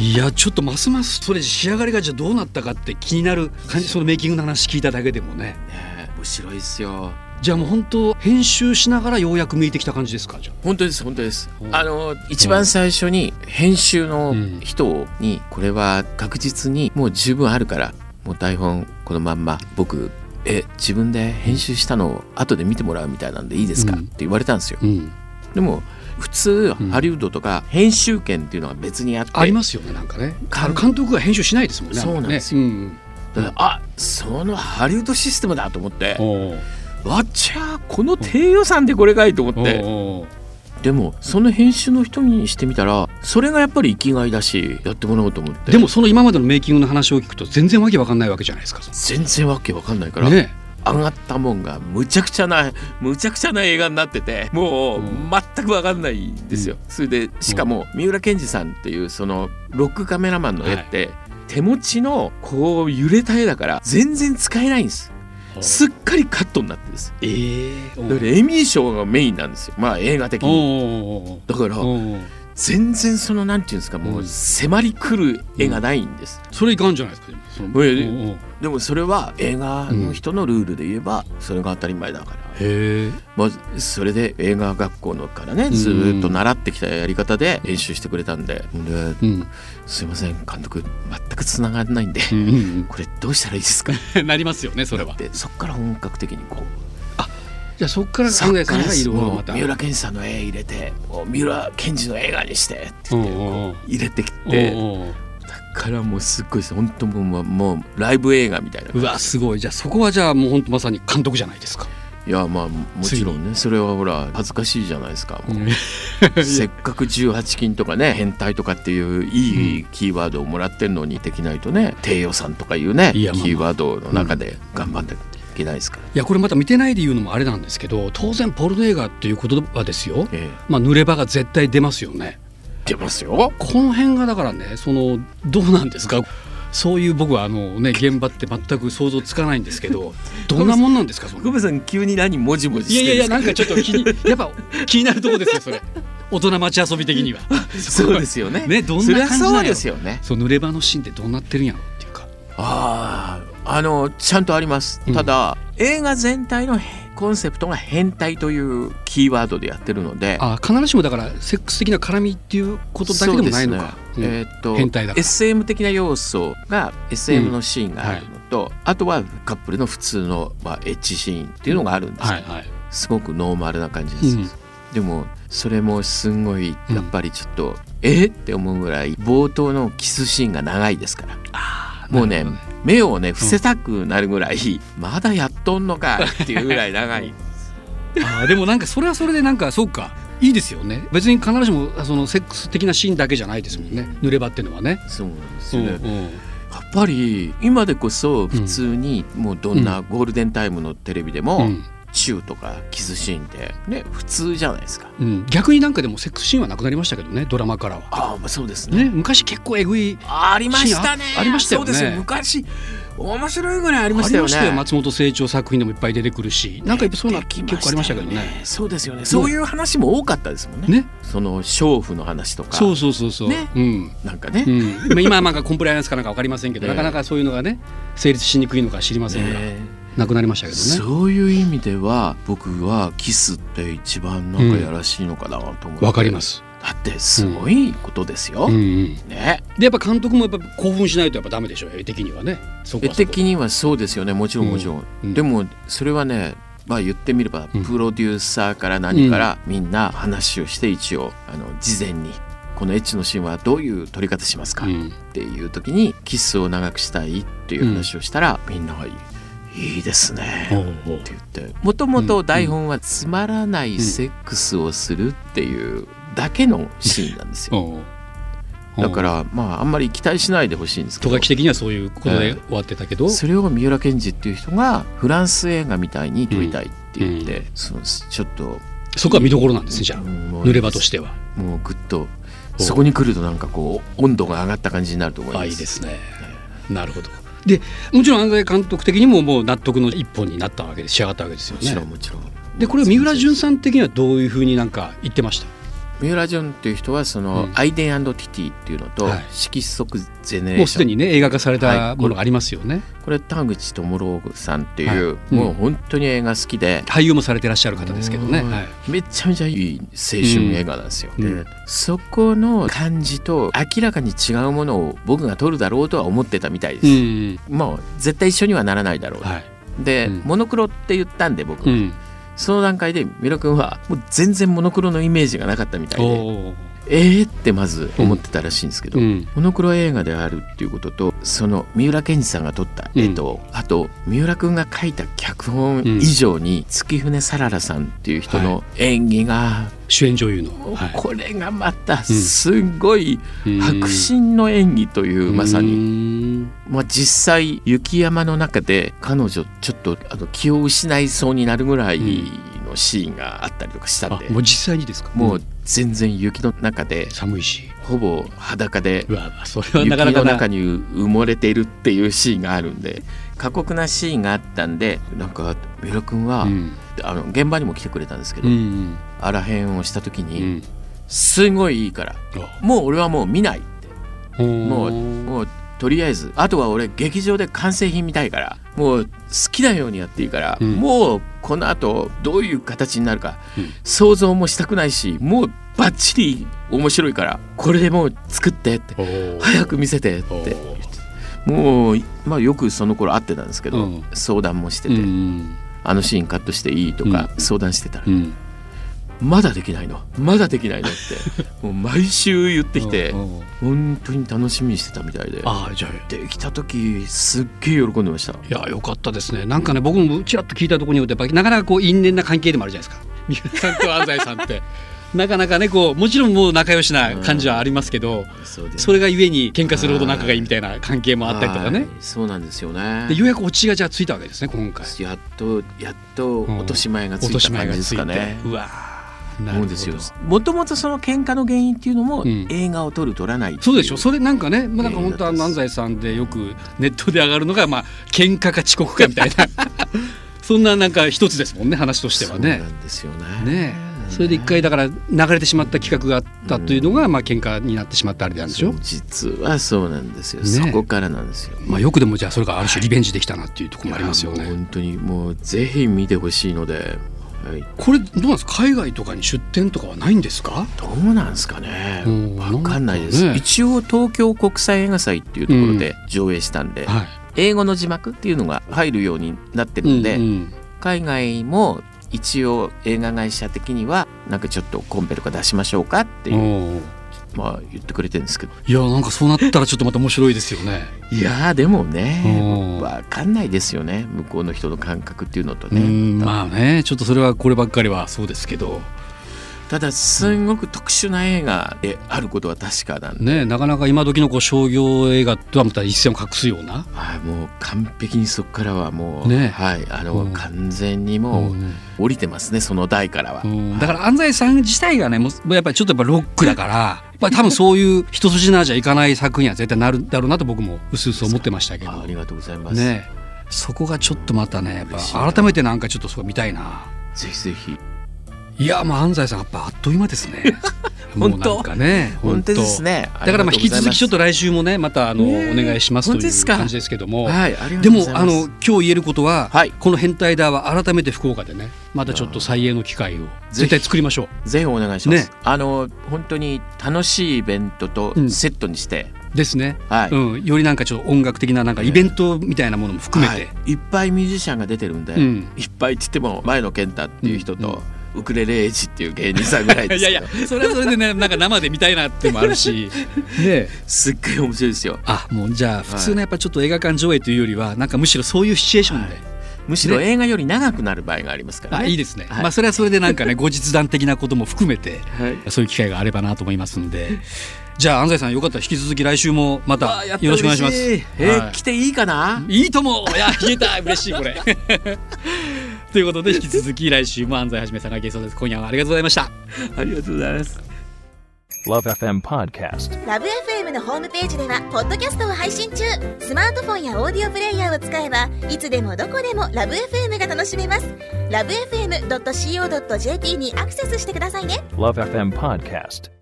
[SPEAKER 2] いやちょっとますますそれ仕上がりがじゃあどうなったかって気になる感じそのメイキングの話聞いただけでもね
[SPEAKER 4] ね面白いですよ
[SPEAKER 2] じゃあもう本当編集しながらようやく見えてきた感じですかじゃ
[SPEAKER 4] 本当です本当です
[SPEAKER 2] うん
[SPEAKER 4] あの一番最初に編集の人にこれは確実にもう十分あるからもう台本このまんま僕え自分で編集したのを後で見てもらうみたいなんでいいですか、
[SPEAKER 2] うん
[SPEAKER 4] って言われたんですよ
[SPEAKER 2] あ、うん、
[SPEAKER 4] でも普通
[SPEAKER 2] うん
[SPEAKER 4] ハリウッドとか編集権っていうのは別にあって、
[SPEAKER 2] ありますよねなんかね
[SPEAKER 4] か
[SPEAKER 2] あの監督が編集しないですもんね
[SPEAKER 4] そうなんです
[SPEAKER 2] よ、うん
[SPEAKER 4] だからあそのハリウッドシステムだと思って
[SPEAKER 2] おー
[SPEAKER 4] わっちゃーこの低予算でこれかいと思
[SPEAKER 2] お
[SPEAKER 4] って
[SPEAKER 2] ー
[SPEAKER 4] でもその編集の人にしてみたらそれがやっぱり生きがいだしやってもらおうと思って
[SPEAKER 2] でもその今までのメイキングの話を聞くと全然わけわかんないわけじゃないですか
[SPEAKER 4] 全然わけわかんないから、
[SPEAKER 2] ね
[SPEAKER 4] 上がったもんがむちゃくちゃなむちゃくちゃな映画になっててもう
[SPEAKER 2] うん
[SPEAKER 4] 全くわかんないんですよ、それでしかも三浦健二さんっていうそのロックカメラマンの絵って、手持ちのこう揺れた絵だから全然使えないんです
[SPEAKER 2] はい
[SPEAKER 4] すっかりカットになってるんです
[SPEAKER 2] ええ
[SPEAKER 4] だからエミー賞がメインなんですよまあ映画的
[SPEAKER 2] お
[SPEAKER 4] に
[SPEAKER 2] ー
[SPEAKER 4] だから
[SPEAKER 2] おー
[SPEAKER 4] 全然そのなんていうんですかも
[SPEAKER 2] うん
[SPEAKER 4] う迫り来る絵がないんです、
[SPEAKER 2] それいかんじゃないですかでもその
[SPEAKER 4] いやいや
[SPEAKER 2] おーおー
[SPEAKER 4] でもそれは映画の人のルールで言えばそれが当たり前だから、
[SPEAKER 2] へえ
[SPEAKER 4] まあ、それで映画学校のからねずーっと習ってきたやり方で練習してくれたんで「で
[SPEAKER 2] うん
[SPEAKER 4] すいません監督全く繋がらないんで
[SPEAKER 2] うんうん
[SPEAKER 4] これどうしたらいいですか?」
[SPEAKER 2] うん なりますよねそれは
[SPEAKER 4] ってそっから本格的にこう
[SPEAKER 2] じゃあそこから考え さんがいろいろまた
[SPEAKER 4] 三浦健二さんの絵入れてもう三浦健二の映画にしてって言って
[SPEAKER 2] うんうんうん
[SPEAKER 4] こう入れてき
[SPEAKER 2] お
[SPEAKER 4] て
[SPEAKER 2] ーおー
[SPEAKER 4] だからもうすっごいです本当もうもうライブ映画みたいな
[SPEAKER 2] うわすごいじゃあそこはじゃあもう本当まさに監督じゃないですか
[SPEAKER 4] いやまあもちろんねそれはほら恥ずかしいじゃないですかもうせっかく18金とかね変態とかっていういいキーワードをもらってるのにできないとね低予算とかいうね
[SPEAKER 2] い
[SPEAKER 4] キ
[SPEAKER 2] やまあまあ
[SPEAKER 4] ーワードの中で頑張んなきゃいけないですから。
[SPEAKER 2] いやこれまた見てないで言うのもあれなんですけど当然ポルノ映画っていう言葉ですよ、
[SPEAKER 4] え
[SPEAKER 2] まあ、濡れ場が絶対出ますよね
[SPEAKER 4] え、出ますよ
[SPEAKER 2] この辺がだからねそのどうなんですかそういう僕はあのね現場って全く想像つかないんですけどどんなもんなんですかその
[SPEAKER 4] めんさん急に何もじも
[SPEAKER 2] いやいやいやなんかちょっと気にやっぱ気になるとこですよそれ大人町遊び的には
[SPEAKER 4] そうですよね
[SPEAKER 2] ねどんな感じなんやろ
[SPEAKER 4] そりゃそうですよね
[SPEAKER 2] そう濡れ場のシーンってどうなってるんやろっていうか
[SPEAKER 4] あああのちゃんとあります
[SPEAKER 2] うん
[SPEAKER 4] ただ、映画全体のコンセプトが変態というキーワードでやってるので
[SPEAKER 2] あ必ずしもだからセックス的な絡みっていうことだけでもないの
[SPEAKER 4] そう
[SPEAKER 2] か
[SPEAKER 4] で
[SPEAKER 2] うん
[SPEAKER 4] えーっと
[SPEAKER 2] 変態だから
[SPEAKER 4] SM 的な要素が SM のシーンがあるのと、あとはカップルの普通の、まあ、エッチシーンっていうのがあるんですけど、
[SPEAKER 2] はいはい。
[SPEAKER 4] すごくノーマルな感じです、
[SPEAKER 2] うん
[SPEAKER 4] でもそれもすんごいやっぱりちょっと、えって思うぐらい冒頭のキスシーンが長いですからもうね目をね伏せたくなるぐらい、まだやっとんのかっていうぐらい長い
[SPEAKER 2] あーでもなんかそれはそれでなんかそうかいいですよね別に必ずしもあそのセックス的なシーンだけじゃないですもんね濡れ場っていうのはね。
[SPEAKER 4] そうなんです
[SPEAKER 2] う
[SPEAKER 4] よ
[SPEAKER 2] ん
[SPEAKER 4] ね、
[SPEAKER 2] う
[SPEAKER 4] やっ
[SPEAKER 2] ん
[SPEAKER 4] ぱり今でこそ普通にもうどんなゴールデンタイムのテレビで
[SPEAKER 2] う
[SPEAKER 4] も
[SPEAKER 2] ん
[SPEAKER 4] チューとかキスシーンってね普通じゃないですか
[SPEAKER 2] うん、逆になんかでもセックスシーンはなくなりましたけどねドラマからは。
[SPEAKER 4] ああまあそうですね
[SPEAKER 2] ね昔結構えぐい
[SPEAKER 4] ありましたね
[SPEAKER 2] シーンあありましたよね
[SPEAKER 4] そうです昔面白いぐらいありま
[SPEAKER 2] あり
[SPEAKER 4] したよ
[SPEAKER 2] ま
[SPEAKER 4] ね
[SPEAKER 2] したよ松本清張作品でもいっぱい出てくるしなんかやっぱそうな
[SPEAKER 4] 出てき
[SPEAKER 2] 結
[SPEAKER 4] ましたよね
[SPEAKER 2] 構ありましたけどね。
[SPEAKER 4] そうですよねそういう話も多かったですもんね
[SPEAKER 2] ね
[SPEAKER 4] その娼婦の話とか
[SPEAKER 2] そうそうそうそう。
[SPEAKER 4] ね
[SPEAKER 2] うん
[SPEAKER 4] なんかね
[SPEAKER 2] う、ん、まあ今はなんかコンプライアンスかなんかわかりませんけど、
[SPEAKER 4] ええ
[SPEAKER 2] なかなかそういうのがね成立しにくいのか知りませんが、
[SPEAKER 4] ね
[SPEAKER 2] なくなりましたけどね。
[SPEAKER 4] そういう意味では僕はキスって一番なんかやらしいのかなと思って
[SPEAKER 2] わかります。
[SPEAKER 4] だってすごいことですよ、
[SPEAKER 2] うんうん、
[SPEAKER 4] ね
[SPEAKER 2] でやっぱ監督もやっぱ興奮しないとやっぱダメでしょ絵的にはね。そこ
[SPEAKER 4] 絵
[SPEAKER 2] はそこ
[SPEAKER 4] 的にはそうですよねもちろんもちろん、
[SPEAKER 2] うん
[SPEAKER 4] でもそれはねまあ言ってみれば
[SPEAKER 2] うん
[SPEAKER 4] プロデューサーから何からみんな話をして一応あの事前にこのエッチのシーンはどういう撮り方しますか
[SPEAKER 2] うん
[SPEAKER 4] っていう時にキスを長くしたいっていう話をしたらみんながいい「いいですね」
[SPEAKER 2] おうおう
[SPEAKER 4] って言ってもともと台本はつまらないセックスをするっていうだけのシーンなんですよ
[SPEAKER 2] おうおう
[SPEAKER 4] だからまああんまり期待しないでほしいんですけ
[SPEAKER 2] 戸
[SPEAKER 4] ど
[SPEAKER 2] 垣的にはそういうこと
[SPEAKER 4] ええ
[SPEAKER 2] で終わってたけど、
[SPEAKER 4] それを三浦賢治っていう人がフランス映画みたいに撮りたいって言って、そのちょっと
[SPEAKER 2] そこは見どころなんですねじゃあ濡
[SPEAKER 4] 濡
[SPEAKER 2] れ場としてては。
[SPEAKER 4] もうぐっと
[SPEAKER 2] お
[SPEAKER 4] そこに来るとなんかこう温度が上がった感じになると思いま
[SPEAKER 2] あ
[SPEAKER 4] す
[SPEAKER 2] いいですね。なるほど。でもちろん安西監督的にももう納得の一本になったわけで仕上がったわけですよ
[SPEAKER 4] もちろん
[SPEAKER 2] ね。
[SPEAKER 4] もちろん
[SPEAKER 2] でこれは三浦淳さん的にはどういうふうになんか言ってました
[SPEAKER 4] 三浦淳っていう人はその、
[SPEAKER 2] うん
[SPEAKER 4] アイデンティティっていうのと、
[SPEAKER 2] はい
[SPEAKER 4] 色即ジェネレ
[SPEAKER 2] も
[SPEAKER 4] ー
[SPEAKER 2] う
[SPEAKER 4] シ
[SPEAKER 2] す
[SPEAKER 4] ョ
[SPEAKER 2] で
[SPEAKER 4] ン
[SPEAKER 2] にね映画化され
[SPEAKER 4] は
[SPEAKER 2] た
[SPEAKER 4] い
[SPEAKER 2] ものがありますよね。
[SPEAKER 4] これ田口智朗さんっていう、
[SPEAKER 2] うん
[SPEAKER 4] もう本当に映画好きで、
[SPEAKER 2] 俳優もされてらっしゃる方ですけどね。
[SPEAKER 4] うん
[SPEAKER 2] はい
[SPEAKER 4] めちゃめちゃいい青春映画なんですよ、
[SPEAKER 2] うん
[SPEAKER 4] で
[SPEAKER 2] うん
[SPEAKER 4] そこの感じと明らかに違うものを僕が撮るだろうとは思ってたみたいです、
[SPEAKER 2] うん
[SPEAKER 4] もう絶対一緒にはならないだろう、
[SPEAKER 2] はい
[SPEAKER 4] で、
[SPEAKER 2] うん
[SPEAKER 4] モノクロって言ったんで僕、
[SPEAKER 2] うん
[SPEAKER 4] その段階でミロ君はもう全然モノクロのイメージがなかったみたいで
[SPEAKER 2] おー
[SPEAKER 4] えーってまず思ってたらしいんですけど、
[SPEAKER 2] うん
[SPEAKER 4] モノクロ映画であるっていうこととその三浦健二さんが撮った絵と、あと三浦君が書いた脚本以上に月船さららさんっていう人の演技が、
[SPEAKER 2] 主演女優の。はい
[SPEAKER 4] これがまたすごい迫真の演技という、
[SPEAKER 2] うん
[SPEAKER 4] まさに、
[SPEAKER 2] に。
[SPEAKER 4] まあ、実際雪山の中で彼女ちょっとあの気を失いそうになるぐらいのシーンがあったりとかしたん
[SPEAKER 2] あ
[SPEAKER 4] で、
[SPEAKER 2] もう実際にですか。
[SPEAKER 4] も
[SPEAKER 2] う
[SPEAKER 4] う全然雪の中で
[SPEAKER 2] ん寒いし。
[SPEAKER 4] ほぼ裸で
[SPEAKER 2] うわそれは
[SPEAKER 4] 雪
[SPEAKER 2] なかなか
[SPEAKER 4] の
[SPEAKER 2] な
[SPEAKER 4] 中に埋もれているっていうシーンがあるんで過酷なシーンがあったんでなんか三浦君は、
[SPEAKER 2] うん
[SPEAKER 4] あの現場にも来てくれたんですけ
[SPEAKER 2] う
[SPEAKER 4] ど、
[SPEAKER 2] ん
[SPEAKER 4] あらへんをした時
[SPEAKER 2] う
[SPEAKER 4] に、
[SPEAKER 2] ん
[SPEAKER 4] すごいいいからもう俺はもう見ないってもう
[SPEAKER 2] う
[SPEAKER 4] もうとりあえずあとは俺劇場で完成品見たいからもう好きなようにやっていいから、
[SPEAKER 2] うん
[SPEAKER 4] もうこのあとどういう形になるか、
[SPEAKER 2] うん
[SPEAKER 4] 想像もしたくないしもうバッチリ面白いからこれでもう作ってって早く見せてってもう、まあ、よくその頃会ってたんですけど、
[SPEAKER 2] うん
[SPEAKER 4] 相談もして
[SPEAKER 2] う
[SPEAKER 4] て、
[SPEAKER 2] ん
[SPEAKER 4] あのシーンカットしていいとか
[SPEAKER 2] う
[SPEAKER 4] 相談してたら、
[SPEAKER 2] うん
[SPEAKER 4] まだできないのまだできないのって もう毎週言ってきて
[SPEAKER 2] うんうん
[SPEAKER 4] 本当に楽しみにしてたみたいで。
[SPEAKER 2] ああじゃあ
[SPEAKER 4] できた時すっげえ喜んでました
[SPEAKER 2] いやよかったですねなんかね僕もちらっと聞いたところによってやっぱなかなかこう因縁な関係でもあるじゃないですか三浦さんと安西さんって なかなかねこうもちろんもう仲良しな感じはありますけど、
[SPEAKER 4] そうで
[SPEAKER 2] それがゆえに喧嘩するほど仲がいいみたいな関係もあったりとかね
[SPEAKER 4] そうなんですよね
[SPEAKER 2] でようやくオチがじゃあついたわけですね今回
[SPEAKER 4] やっとやっと落とし前がついた感じですかね、
[SPEAKER 2] うわーなる
[SPEAKER 4] も
[SPEAKER 2] ほ
[SPEAKER 4] う
[SPEAKER 2] ど
[SPEAKER 4] ですよ
[SPEAKER 2] そ
[SPEAKER 4] もともとその喧嘩の原因っていうのも、
[SPEAKER 2] うん
[SPEAKER 4] 映画を撮る撮らないっていう
[SPEAKER 2] でしょそれなんかね、まあ、なんか本当は
[SPEAKER 4] ええ
[SPEAKER 2] 安西さんでよくネットで上がるのがまあ喧嘩か遅刻かみたい なそんななんか一つですもんね話としてはね
[SPEAKER 4] そう。なんですよね
[SPEAKER 2] ねえそれで一回だから流れてしまった企画があったというのが、まあ喧嘩になってしまったあれなんでしょ、
[SPEAKER 4] 実はそうなんですよ、
[SPEAKER 2] ね
[SPEAKER 4] そこからなんですよ
[SPEAKER 2] まあ、よくでもじゃあそれがある種リベンジできたなっていうところもありますよ
[SPEAKER 4] いやもう
[SPEAKER 2] ね。
[SPEAKER 4] 本当にもうぜひ見てほしいのではい
[SPEAKER 2] これどうなんですか海外とかに出店とかはないんですか
[SPEAKER 4] どうなんですかね
[SPEAKER 2] うん
[SPEAKER 4] わかんないです、
[SPEAKER 2] なんかね
[SPEAKER 4] 一応東京国際映画祭っていうところで上映したんで、
[SPEAKER 2] はい
[SPEAKER 4] 英語の字幕っていうのが入るようになってるので、
[SPEAKER 2] うんうん
[SPEAKER 4] 海外も一応映画会社的にはなんかちょっとコンペとか出しましょうかっていう、
[SPEAKER 2] おー
[SPEAKER 4] まあ言ってくれてるんですけど
[SPEAKER 2] いやなんかそうなったらちょっとまた面白いですよね。
[SPEAKER 4] いやーでもね
[SPEAKER 2] うん
[SPEAKER 4] わかんないですよね向こうの人の感覚っていうのと
[SPEAKER 2] う
[SPEAKER 4] ね。
[SPEAKER 2] んまあねちょっとそれはこればっかりはそうですけど
[SPEAKER 4] ただすんごく特殊な映画であることは確かなんで、
[SPEAKER 2] ねなかなか今時のこう商業映画とはまた一線を画すような。
[SPEAKER 4] はい、もう完璧にそこからはもう、
[SPEAKER 2] ね
[SPEAKER 4] はい、あの、
[SPEAKER 2] うん
[SPEAKER 4] 完全にもう降りてますねその台からは。
[SPEAKER 2] うんだから安西さん自体がねもうやっぱりちょっとやっぱロックだからやっぱり多分そういう一筋縄じゃいかない作品は絶対なるだろうなと僕もうすうす思ってましたけど
[SPEAKER 4] あありがとうございます、
[SPEAKER 2] ねそこがちょっとまたねやっ
[SPEAKER 4] 嬉しい
[SPEAKER 2] ぱ改めてなんかちょっとそこ見たいな。
[SPEAKER 4] ぜひぜひ
[SPEAKER 2] いやもう安西さんやっぱあっという間です ね。もうなんかね
[SPEAKER 4] 本当ですね
[SPEAKER 2] だからまあ引き続きちょっと来週もねまたあのお
[SPEAKER 4] ねえ
[SPEAKER 2] 願いしますと
[SPEAKER 4] 本当で
[SPEAKER 2] いう
[SPEAKER 4] すか
[SPEAKER 2] 感じですけど
[SPEAKER 4] と
[SPEAKER 2] も。
[SPEAKER 4] はいありがと
[SPEAKER 2] で
[SPEAKER 4] うござい
[SPEAKER 2] も
[SPEAKER 4] ます
[SPEAKER 2] あの今日言えることは、
[SPEAKER 4] はい
[SPEAKER 2] この変態だは改めて福岡でねまたちょっと再演の機会を絶対作りましょう。
[SPEAKER 4] ぜひお願いします、
[SPEAKER 2] ね
[SPEAKER 4] あの本当に楽しいイベントと
[SPEAKER 2] うん
[SPEAKER 4] セットにして、
[SPEAKER 2] ですね。
[SPEAKER 4] はい、
[SPEAKER 2] うん、よりなんかちょっと音楽的ななんかイベントみたいなものも含めて、
[SPEAKER 4] はい、いっぱいミュージシャンが出てるんで、
[SPEAKER 2] うん
[SPEAKER 4] いっぱいって言っても前野健太っていう人
[SPEAKER 2] うん
[SPEAKER 4] と、ウクレレエイジっていう芸人さんぐらいで す
[SPEAKER 2] い
[SPEAKER 4] け
[SPEAKER 2] や
[SPEAKER 4] ど
[SPEAKER 2] いやそれはそれでね なんか生で見たいなっていうのもある しね
[SPEAKER 4] すっごい面白いですよ
[SPEAKER 2] あもうじゃあ普通のやっぱちょっと映画館上映というよりはなんかむしろそういうシチュエーションで、
[SPEAKER 4] むしろ映画より長くなる場合がありますからね
[SPEAKER 2] あいいですね、
[SPEAKER 4] はい
[SPEAKER 2] まあそれはそれでなんかね 後日談的なことも含めて
[SPEAKER 4] はい
[SPEAKER 2] そういう機会があればなと思いますんで じゃあ安西さんよかったら引き続き来週もま
[SPEAKER 4] わ
[SPEAKER 2] た
[SPEAKER 4] あ
[SPEAKER 2] よ
[SPEAKER 4] やった
[SPEAKER 2] ろしくお願いします。
[SPEAKER 4] 嬉えー
[SPEAKER 2] はい
[SPEAKER 4] 来ていいかない
[SPEAKER 2] いともいや言えた嬉しいこれ ということで引き続き来週も安西はじめさんがゲストです今夜はありがとうございました
[SPEAKER 4] ありがとうございます
[SPEAKER 6] Love FM Podcast.
[SPEAKER 7] ラブ f m のホームページではポッドキャストを配信中スマートフォンやオーディオプレイヤーを使えばいつでもどこでもラブ f m が楽しめますラブ FM.co.jp にアクセスしてくださいね
[SPEAKER 6] Love FM Podcast.